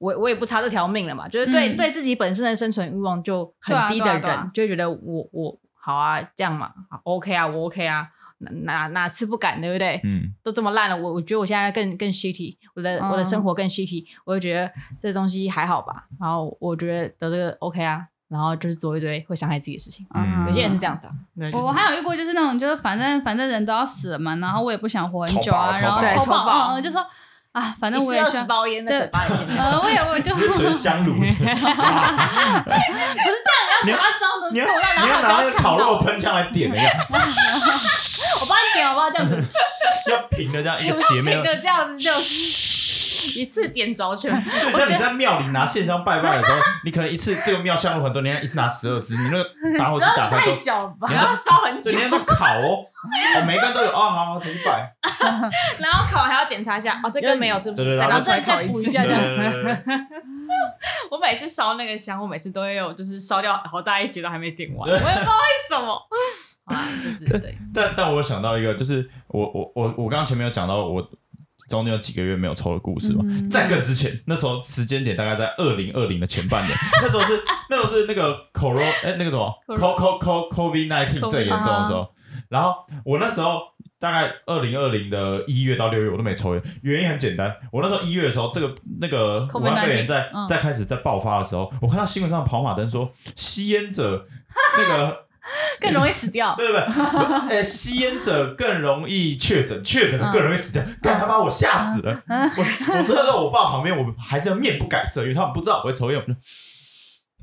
Speaker 3: 我我也不差这条命了嘛，就是对、
Speaker 1: 嗯
Speaker 3: 对自己本身的生存欲望就很
Speaker 1: 对啊
Speaker 3: 低的
Speaker 1: 对
Speaker 3: 人，
Speaker 1: 啊对啊
Speaker 3: 就会觉得我我好啊，这样嘛好，OK 啊，我 OK 啊，哪哪哪次不敢，对不对？
Speaker 2: 嗯，
Speaker 3: 都这么烂了，我我觉得我现在更更 shitty，我的、
Speaker 1: 嗯
Speaker 3: 我的生活更 shitty，我就觉得这东西还好吧，然后我觉得得这个 OK 啊，然后就是做一堆会伤害自己的事情，
Speaker 1: 嗯
Speaker 3: 有些人是这样的，啊对
Speaker 1: 我我还有遇过，就是那种，就是反正反正人都要死了嘛，然后我也不想活很久啊，
Speaker 2: 抽爆
Speaker 1: 然后
Speaker 2: 抽
Speaker 3: 爆
Speaker 1: 抽
Speaker 3: 对抽爆
Speaker 1: 嗯嗯，就说啊，反
Speaker 3: 反
Speaker 1: 正我也
Speaker 3: 二
Speaker 1: 需要
Speaker 3: 十，包烟在嘴巴里面，
Speaker 1: 呃，我也我就
Speaker 2: 你是纯香 [laughs] 炉，
Speaker 1: 你要装的
Speaker 2: 你要
Speaker 1: 够烂，然
Speaker 2: 你要
Speaker 1: 后
Speaker 2: 拿
Speaker 1: 还不要
Speaker 2: 那个烤
Speaker 1: 抢到，
Speaker 2: 肉
Speaker 1: 我
Speaker 2: 喷枪来
Speaker 1: [laughs]
Speaker 2: 点那个，
Speaker 1: 帮你点好不好？这样子，
Speaker 2: [laughs] 要平的这样
Speaker 1: [laughs]
Speaker 2: 一个斜面
Speaker 3: [laughs] 每，个这样子就是 [laughs] 一次点着全，
Speaker 1: [laughs]
Speaker 2: 就像你在庙里拿线香拜拜的时候，你可能一次这个庙香炉很多，你要一次拿十二支，你那个打火机打开之
Speaker 1: [laughs]
Speaker 2: 后，
Speaker 3: 小吧
Speaker 2: 你
Speaker 3: 然
Speaker 2: 要
Speaker 3: 后烧很久
Speaker 2: 对，，你要都烤哦，哦，每一根都有，哦，好好，可以摆。
Speaker 3: 然后烤还要检查一下，哦，这根没有是不
Speaker 2: 对
Speaker 3: 是？
Speaker 2: 对对
Speaker 3: 拿出来
Speaker 1: 然后再
Speaker 3: 烤一
Speaker 1: 再 [laughs] 补一
Speaker 3: 次
Speaker 1: 下这样
Speaker 2: 对
Speaker 3: 我每次烧那个香，我每次都会有，就是烧掉好大一截都还没点完，我也不知道为什么。
Speaker 1: [laughs]
Speaker 3: 啊，就是对，
Speaker 2: 但但我想到一个，就是我我我我刚刚前面有讲到我中间有几个月没有抽的故事嘛，在更之前，那时候时间点大概在二零二零的前半年，那时候是那时候是那个 corona 哎、那个什么 co co co covid nineteen 最严重的时候，然后我那时候大概二零二零的一月到六月我都没抽烟，原因很简单，我那时候一月的时候，这个那个武
Speaker 1: COVID-19
Speaker 2: 汉肺炎在
Speaker 1: 嗯
Speaker 2: 在开始在爆发的时候，我看到新闻上跑马灯说吸烟者那个。
Speaker 1: 更容易死掉。
Speaker 2: [laughs] 对不对？呃，吸烟者更容易确诊，确诊的更容易死掉。干他妈，我吓死了！我我真的在我爸旁边，我还是面不改色，因为他们不知道我会抽烟，我就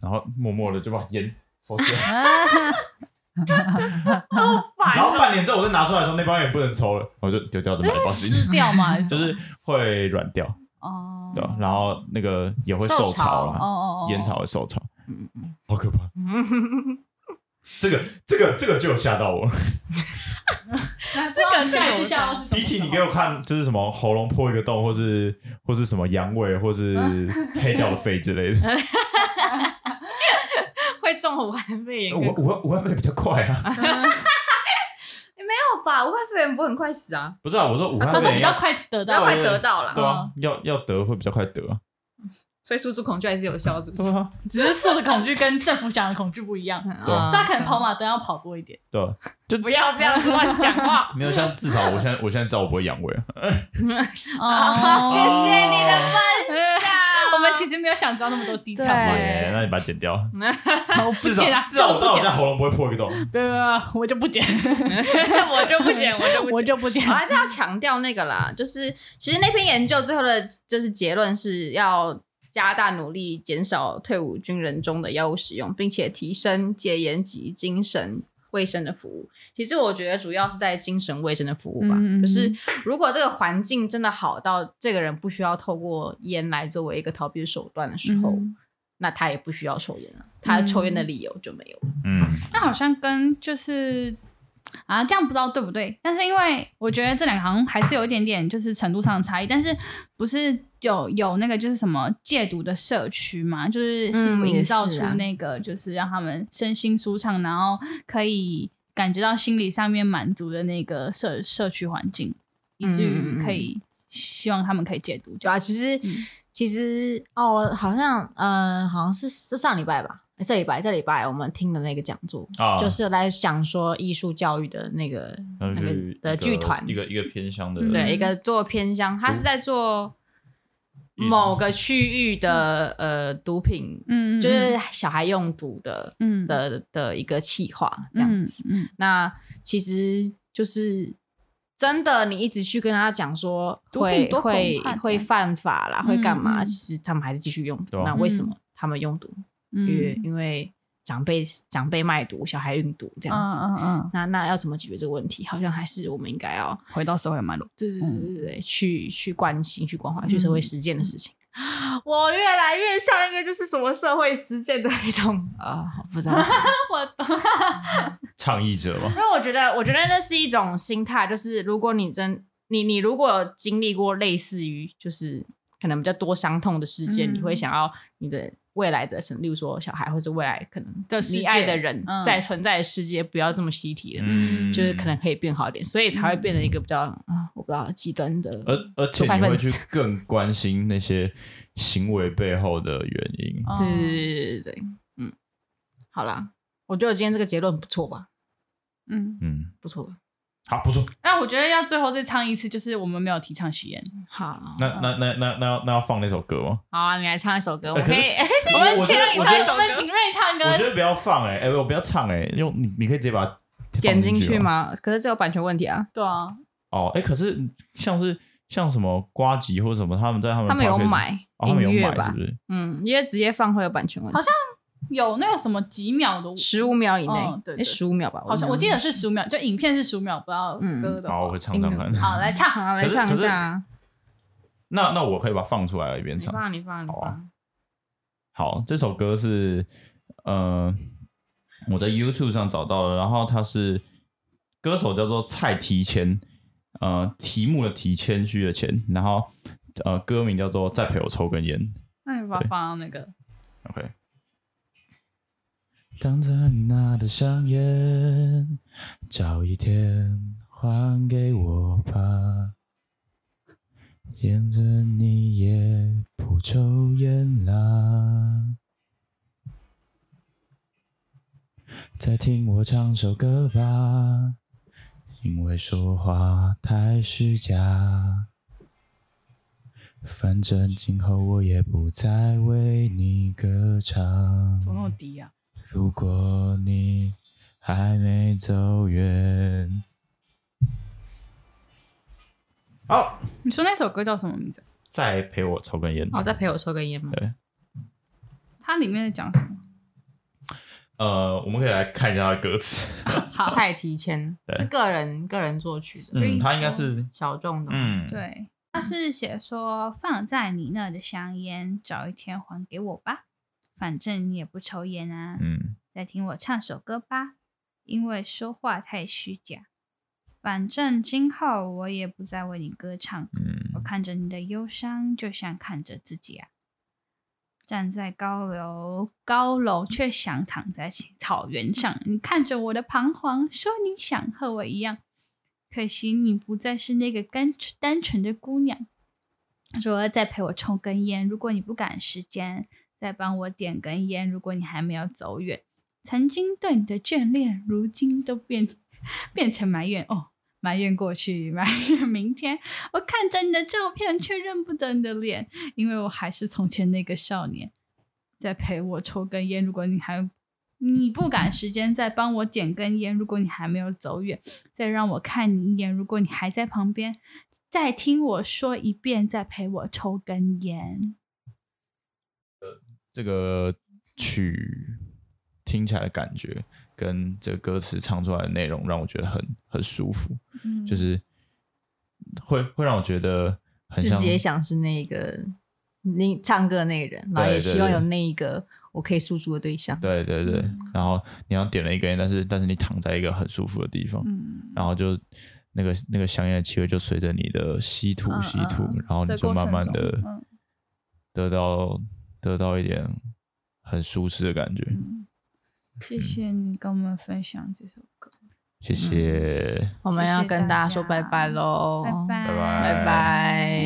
Speaker 2: 然后默默的就把烟收起来。
Speaker 3: 啊
Speaker 2: 然后半年之后，我再拿出来的时候，那包烟也不能抽了，我就丢掉，再买一包新
Speaker 1: 湿掉嘛，还
Speaker 2: 的，就是是会软掉，
Speaker 1: 哦
Speaker 2: 对吧？然后那个也会受
Speaker 3: 受潮
Speaker 2: 潮
Speaker 1: 哦
Speaker 2: 啦，
Speaker 1: 哦哦，
Speaker 2: 烟草会受潮，好可怕！这个这个这个就有吓到我。
Speaker 1: 那哎不知道
Speaker 3: 这个
Speaker 1: 下一
Speaker 3: 这个
Speaker 1: 次下到是什么
Speaker 2: 比起你给
Speaker 1: 时候
Speaker 2: 我看，就是什么喉咙破一个洞，或是或是什么阳痿，或是
Speaker 3: 啊
Speaker 2: 黑掉的肺之类
Speaker 3: [laughs]
Speaker 2: 的，
Speaker 3: 会中武汉肺炎
Speaker 2: 武武汉武汉肺炎比较快
Speaker 3: [laughs]
Speaker 2: 啊。
Speaker 3: 有吧？武汉肺炎不会很快死啊，
Speaker 2: 不是啊，我说武汉
Speaker 1: 他
Speaker 2: 肺
Speaker 1: 说
Speaker 2: 炎
Speaker 1: 比较快得
Speaker 3: 然
Speaker 1: 到
Speaker 3: 后
Speaker 2: 要，
Speaker 3: 快哦得到了，
Speaker 2: 对啊，要要得会比较快得啊。
Speaker 3: 所以输出恐惧还是有效，是不
Speaker 2: 对
Speaker 3: 是？
Speaker 2: 啊，
Speaker 1: 只是树的恐惧跟政府讲的恐惧不一样，
Speaker 3: 啊
Speaker 1: 所以他可能跑马灯要跑多一点。
Speaker 2: 对啊，。
Speaker 3: [laughs] 不要这样子乱讲话 [laughs]
Speaker 2: 没有像至少我现在我现在知道我不会阳痿啊。
Speaker 1: [laughs]
Speaker 3: 好 [laughs] 谢
Speaker 1: 哦，
Speaker 3: 谢你的分享。
Speaker 1: 我们其实没有想知道那么多 detail
Speaker 3: 对
Speaker 2: 妈哦耶那你把它剪掉。
Speaker 1: 我不
Speaker 2: 至少
Speaker 1: 剪啊，
Speaker 2: 至少
Speaker 1: 这
Speaker 2: 我
Speaker 1: 不
Speaker 2: 到我
Speaker 1: 剪
Speaker 2: 家喉咙不会破一个洞。
Speaker 1: 不不不，我就不剪，
Speaker 3: [laughs] 我就不剪，我就
Speaker 1: [laughs]
Speaker 3: 不
Speaker 1: 我
Speaker 3: 剪。
Speaker 1: 就不剪
Speaker 3: [laughs] 我。还是要强调那个啦，就是其实那篇研究最后的就是结论是要加大努力减少退伍军人中的药物使用，并且提升戒烟及精神卫生的服务。其实我觉得主要是在精神卫生的服务吧，
Speaker 1: 嗯嗯嗯
Speaker 3: 就是如果这个环境真的好到这个人不需要透过烟来作为一个逃避手段的时候，
Speaker 1: 嗯
Speaker 3: 那他也不需要抽烟了，他抽烟的理由就没有了。
Speaker 2: 嗯，
Speaker 1: 那好像跟就是啊，这样不知道对不对？但是因为我觉得这两个好像还是有一点点就是程度上的差异，但是不是有有那个就是什么戒毒的社区嘛？就是试图
Speaker 3: 嗯也
Speaker 1: 营造
Speaker 3: 是
Speaker 1: 出
Speaker 3: 啊
Speaker 1: 那个就是让他们身心舒畅，然后可以感觉到心理上面满足的那个社社区环境，以至
Speaker 3: 嗯嗯
Speaker 1: 于
Speaker 3: 嗯
Speaker 1: 可以希望他们可以戒毒。就
Speaker 3: 对啊，其实、
Speaker 1: 嗯
Speaker 3: 其实哦，好像嗯、呃好像是是上礼拜吧，哎诶这礼拜这礼拜我们听的那个讲座，
Speaker 2: 啊
Speaker 3: 就是来讲说艺术教育的那个
Speaker 2: 然后
Speaker 3: 那
Speaker 2: 就是
Speaker 3: 个
Speaker 2: 一
Speaker 3: 的
Speaker 2: 个
Speaker 3: 剧团，
Speaker 2: 一个一个偏乡的，
Speaker 1: 嗯
Speaker 3: 对一个做偏乡，他是在做
Speaker 2: 艺术
Speaker 3: 某个区域的呃毒品，
Speaker 1: 嗯
Speaker 3: 就是小孩用毒的
Speaker 1: 嗯
Speaker 3: 的的一个企划这样子。，
Speaker 1: 嗯
Speaker 3: 那其实就是真的，你一直去跟他讲说
Speaker 1: 毒品
Speaker 3: 会
Speaker 1: 多恐
Speaker 3: 会
Speaker 1: 怕这样
Speaker 3: 会犯法啦，
Speaker 1: 嗯
Speaker 3: 会干嘛？
Speaker 1: 嗯
Speaker 3: 其实他们还是继续用毒
Speaker 2: 对啊
Speaker 3: 那为什么他们用毒？
Speaker 1: 嗯
Speaker 3: 因为因为长辈长辈卖毒，小孩运毒这
Speaker 1: 嗯
Speaker 3: 样子。
Speaker 1: 嗯嗯，
Speaker 3: 那那要怎么解决这个问题？好像还是我们应该要
Speaker 1: 回到社会脉络，
Speaker 3: 对对对对对，去去关心、去关怀、
Speaker 1: 嗯
Speaker 3: 去社会实践的事情。 [gasps] 我越来越像一个就是什么社会实践的一种啊、不知道为什么。
Speaker 1: 我懂。
Speaker 2: 倡议者嘛
Speaker 3: 因，为我觉得，我觉得那是一种心态，就是如果你真你你如果有经历过类似于就是可能比较多伤痛的事件，
Speaker 1: 嗯
Speaker 3: 你会想要你的未来的，例如说小孩或者未来可能
Speaker 1: 的世界
Speaker 3: 你爱的人
Speaker 1: 嗯
Speaker 3: 在存在的世界不要这么习题了，
Speaker 2: 嗯，
Speaker 3: [laughs] 就是可能可以变好一点，所以才会变成一个比较啊、我不知道极端的。
Speaker 2: 而而且
Speaker 3: 左派
Speaker 2: 你会
Speaker 3: 分
Speaker 2: 去
Speaker 3: 子
Speaker 2: 更关心那些行为背后的原因。
Speaker 1: 哦
Speaker 3: 对对对对对，对嗯，好啦，我觉得我今天这个结论不错吧，
Speaker 1: 嗯，
Speaker 2: 嗯，
Speaker 3: 不错吧，
Speaker 2: 好，不错。
Speaker 1: 那我觉得要最后再唱一次，就是我们没有提倡吸烟。
Speaker 3: 好，
Speaker 2: 那那那那那要那要放那首歌吗？哎
Speaker 3: 好啊，你来唱一首哦歌，我
Speaker 2: 可
Speaker 3: 可
Speaker 2: 是
Speaker 3: 以，
Speaker 2: [laughs] 我
Speaker 3: 我们
Speaker 2: 我觉
Speaker 3: 请
Speaker 2: 得
Speaker 3: 你
Speaker 2: 我
Speaker 3: 唱
Speaker 2: 觉
Speaker 3: 一
Speaker 2: 得
Speaker 3: 首
Speaker 1: 们
Speaker 3: 歌。
Speaker 1: 请瑞唱歌
Speaker 2: 我觉得不要放哎哎，我不要唱哎，用你你可以直接把它放
Speaker 3: 剪进去
Speaker 2: 吗？
Speaker 3: 吗？可是这有版权问题啊，
Speaker 1: 对啊，
Speaker 2: 哦，哎，可是像是像什么瓜吉或者什么，他们在他们
Speaker 3: 他们有
Speaker 2: podcast-
Speaker 3: 买
Speaker 2: 哦，他
Speaker 3: 音
Speaker 2: 们有
Speaker 3: 乐
Speaker 2: 买是
Speaker 3: 吧
Speaker 2: 不？是？
Speaker 3: 嗯，因为直接放会有版权问题
Speaker 1: 好，有那个什么几秒的，
Speaker 3: 十五秒以
Speaker 1: 哦对对
Speaker 3: 内，十五秒吧，
Speaker 1: 好像我
Speaker 3: 忘
Speaker 1: 记
Speaker 3: 了
Speaker 1: 得是十秒，就影片是十秒，不知道
Speaker 3: 嗯
Speaker 1: 歌的话。
Speaker 2: 好，我会唱唱看。
Speaker 1: 好，来唱。
Speaker 3: 好啊，来
Speaker 2: 可是
Speaker 3: 唱
Speaker 2: 可
Speaker 3: 一
Speaker 2: 是
Speaker 3: 下啊，
Speaker 2: [laughs] 那那我可以把它放出来一边
Speaker 3: 你
Speaker 2: 唱。
Speaker 3: 放，你放，你
Speaker 2: 好啊
Speaker 3: 放。
Speaker 2: 好，这首歌是呃我在 YouTube 上找到的，然后他是歌手叫做蔡提谦，呃，题目的题，谦虚的谦，然后呃歌名叫做《再陪我抽根烟》。
Speaker 1: [laughs] 那你把它放到那个
Speaker 2: OK。当着你那的香烟，找一天还给我吧。沿着你也不抽烟啦。再听我唱首歌吧，因为说话太虚假。反正今后我也不再为你歌唱。
Speaker 1: 怎么那么低啊？
Speaker 2: 如果你还没走远，好，
Speaker 1: 你说那首歌叫什么名字？
Speaker 2: 再陪我抽根烟。
Speaker 3: 好，再陪我抽根烟吗？
Speaker 1: 它里面在讲什么？
Speaker 2: 呃，我们可以来看一下他的歌词。
Speaker 1: 好，
Speaker 3: 蔡提谦
Speaker 2: 对
Speaker 3: 是个人个人作曲的，
Speaker 2: 嗯，他应该是
Speaker 3: 小众的。
Speaker 2: 嗯，
Speaker 1: 对，他是写说放在你那的香烟，找一天还给我吧，反正你也不抽烟啊。
Speaker 2: 嗯，
Speaker 1: 再听我唱首歌吧，因为说话太虚假。反正今后我也不再为你歌唱，
Speaker 2: 嗯
Speaker 1: 我看着你的忧伤，就像看着自己啊。站在高楼，高楼却想躺在草原上。你看着我的彷徨，说你想和我一样。可惜你不再是那个单纯单纯的姑娘。说再陪我抽根烟，如果你不赶时间，再帮我点根烟，如果你还没有走远。曾经对你的眷恋，如今都变 [laughs] 变成埋怨哦，埋怨过去，埋怨明天。我看着你的照片，却认不得你的脸，因为我还是从前那个少年。再陪我抽根烟，如果你还你不赶时间，再帮我捡根烟，如果你还没有走远，再让我看你一眼，如果你还在旁边，再听我说一遍，再陪我抽根烟。
Speaker 2: 这个曲听起来的感觉跟这个歌词唱出来的内容，让我觉得很很舒服，
Speaker 1: 嗯
Speaker 2: 就是会会让我觉得很
Speaker 3: 自
Speaker 2: 像
Speaker 3: 己也想是那个那唱歌的那个人，然后
Speaker 2: 对
Speaker 3: 也
Speaker 2: 对
Speaker 3: 希望
Speaker 2: 对
Speaker 3: 有那一个我可以诉诸的对象。
Speaker 2: 对对对，
Speaker 3: 嗯
Speaker 2: 然后你要点了一根烟，但是但是你躺在一个很舒服的地方，
Speaker 1: 嗯，
Speaker 2: 然后就那个那个香烟的气味就随着你的吸吐
Speaker 1: 嗯
Speaker 2: 吸吐，
Speaker 1: 嗯嗯
Speaker 2: 然后你
Speaker 1: 在
Speaker 2: 就
Speaker 1: 过
Speaker 2: 慢
Speaker 1: 程
Speaker 2: 慢
Speaker 1: 中
Speaker 2: 的
Speaker 1: 嗯
Speaker 2: 得到、得到一点很舒适的感觉。
Speaker 1: 嗯谢谢你跟我们分享这首歌，
Speaker 2: 谢谢，
Speaker 3: 我们要跟大家说拜拜喽，
Speaker 1: 拜拜
Speaker 2: 哦拜拜
Speaker 3: 拜拜。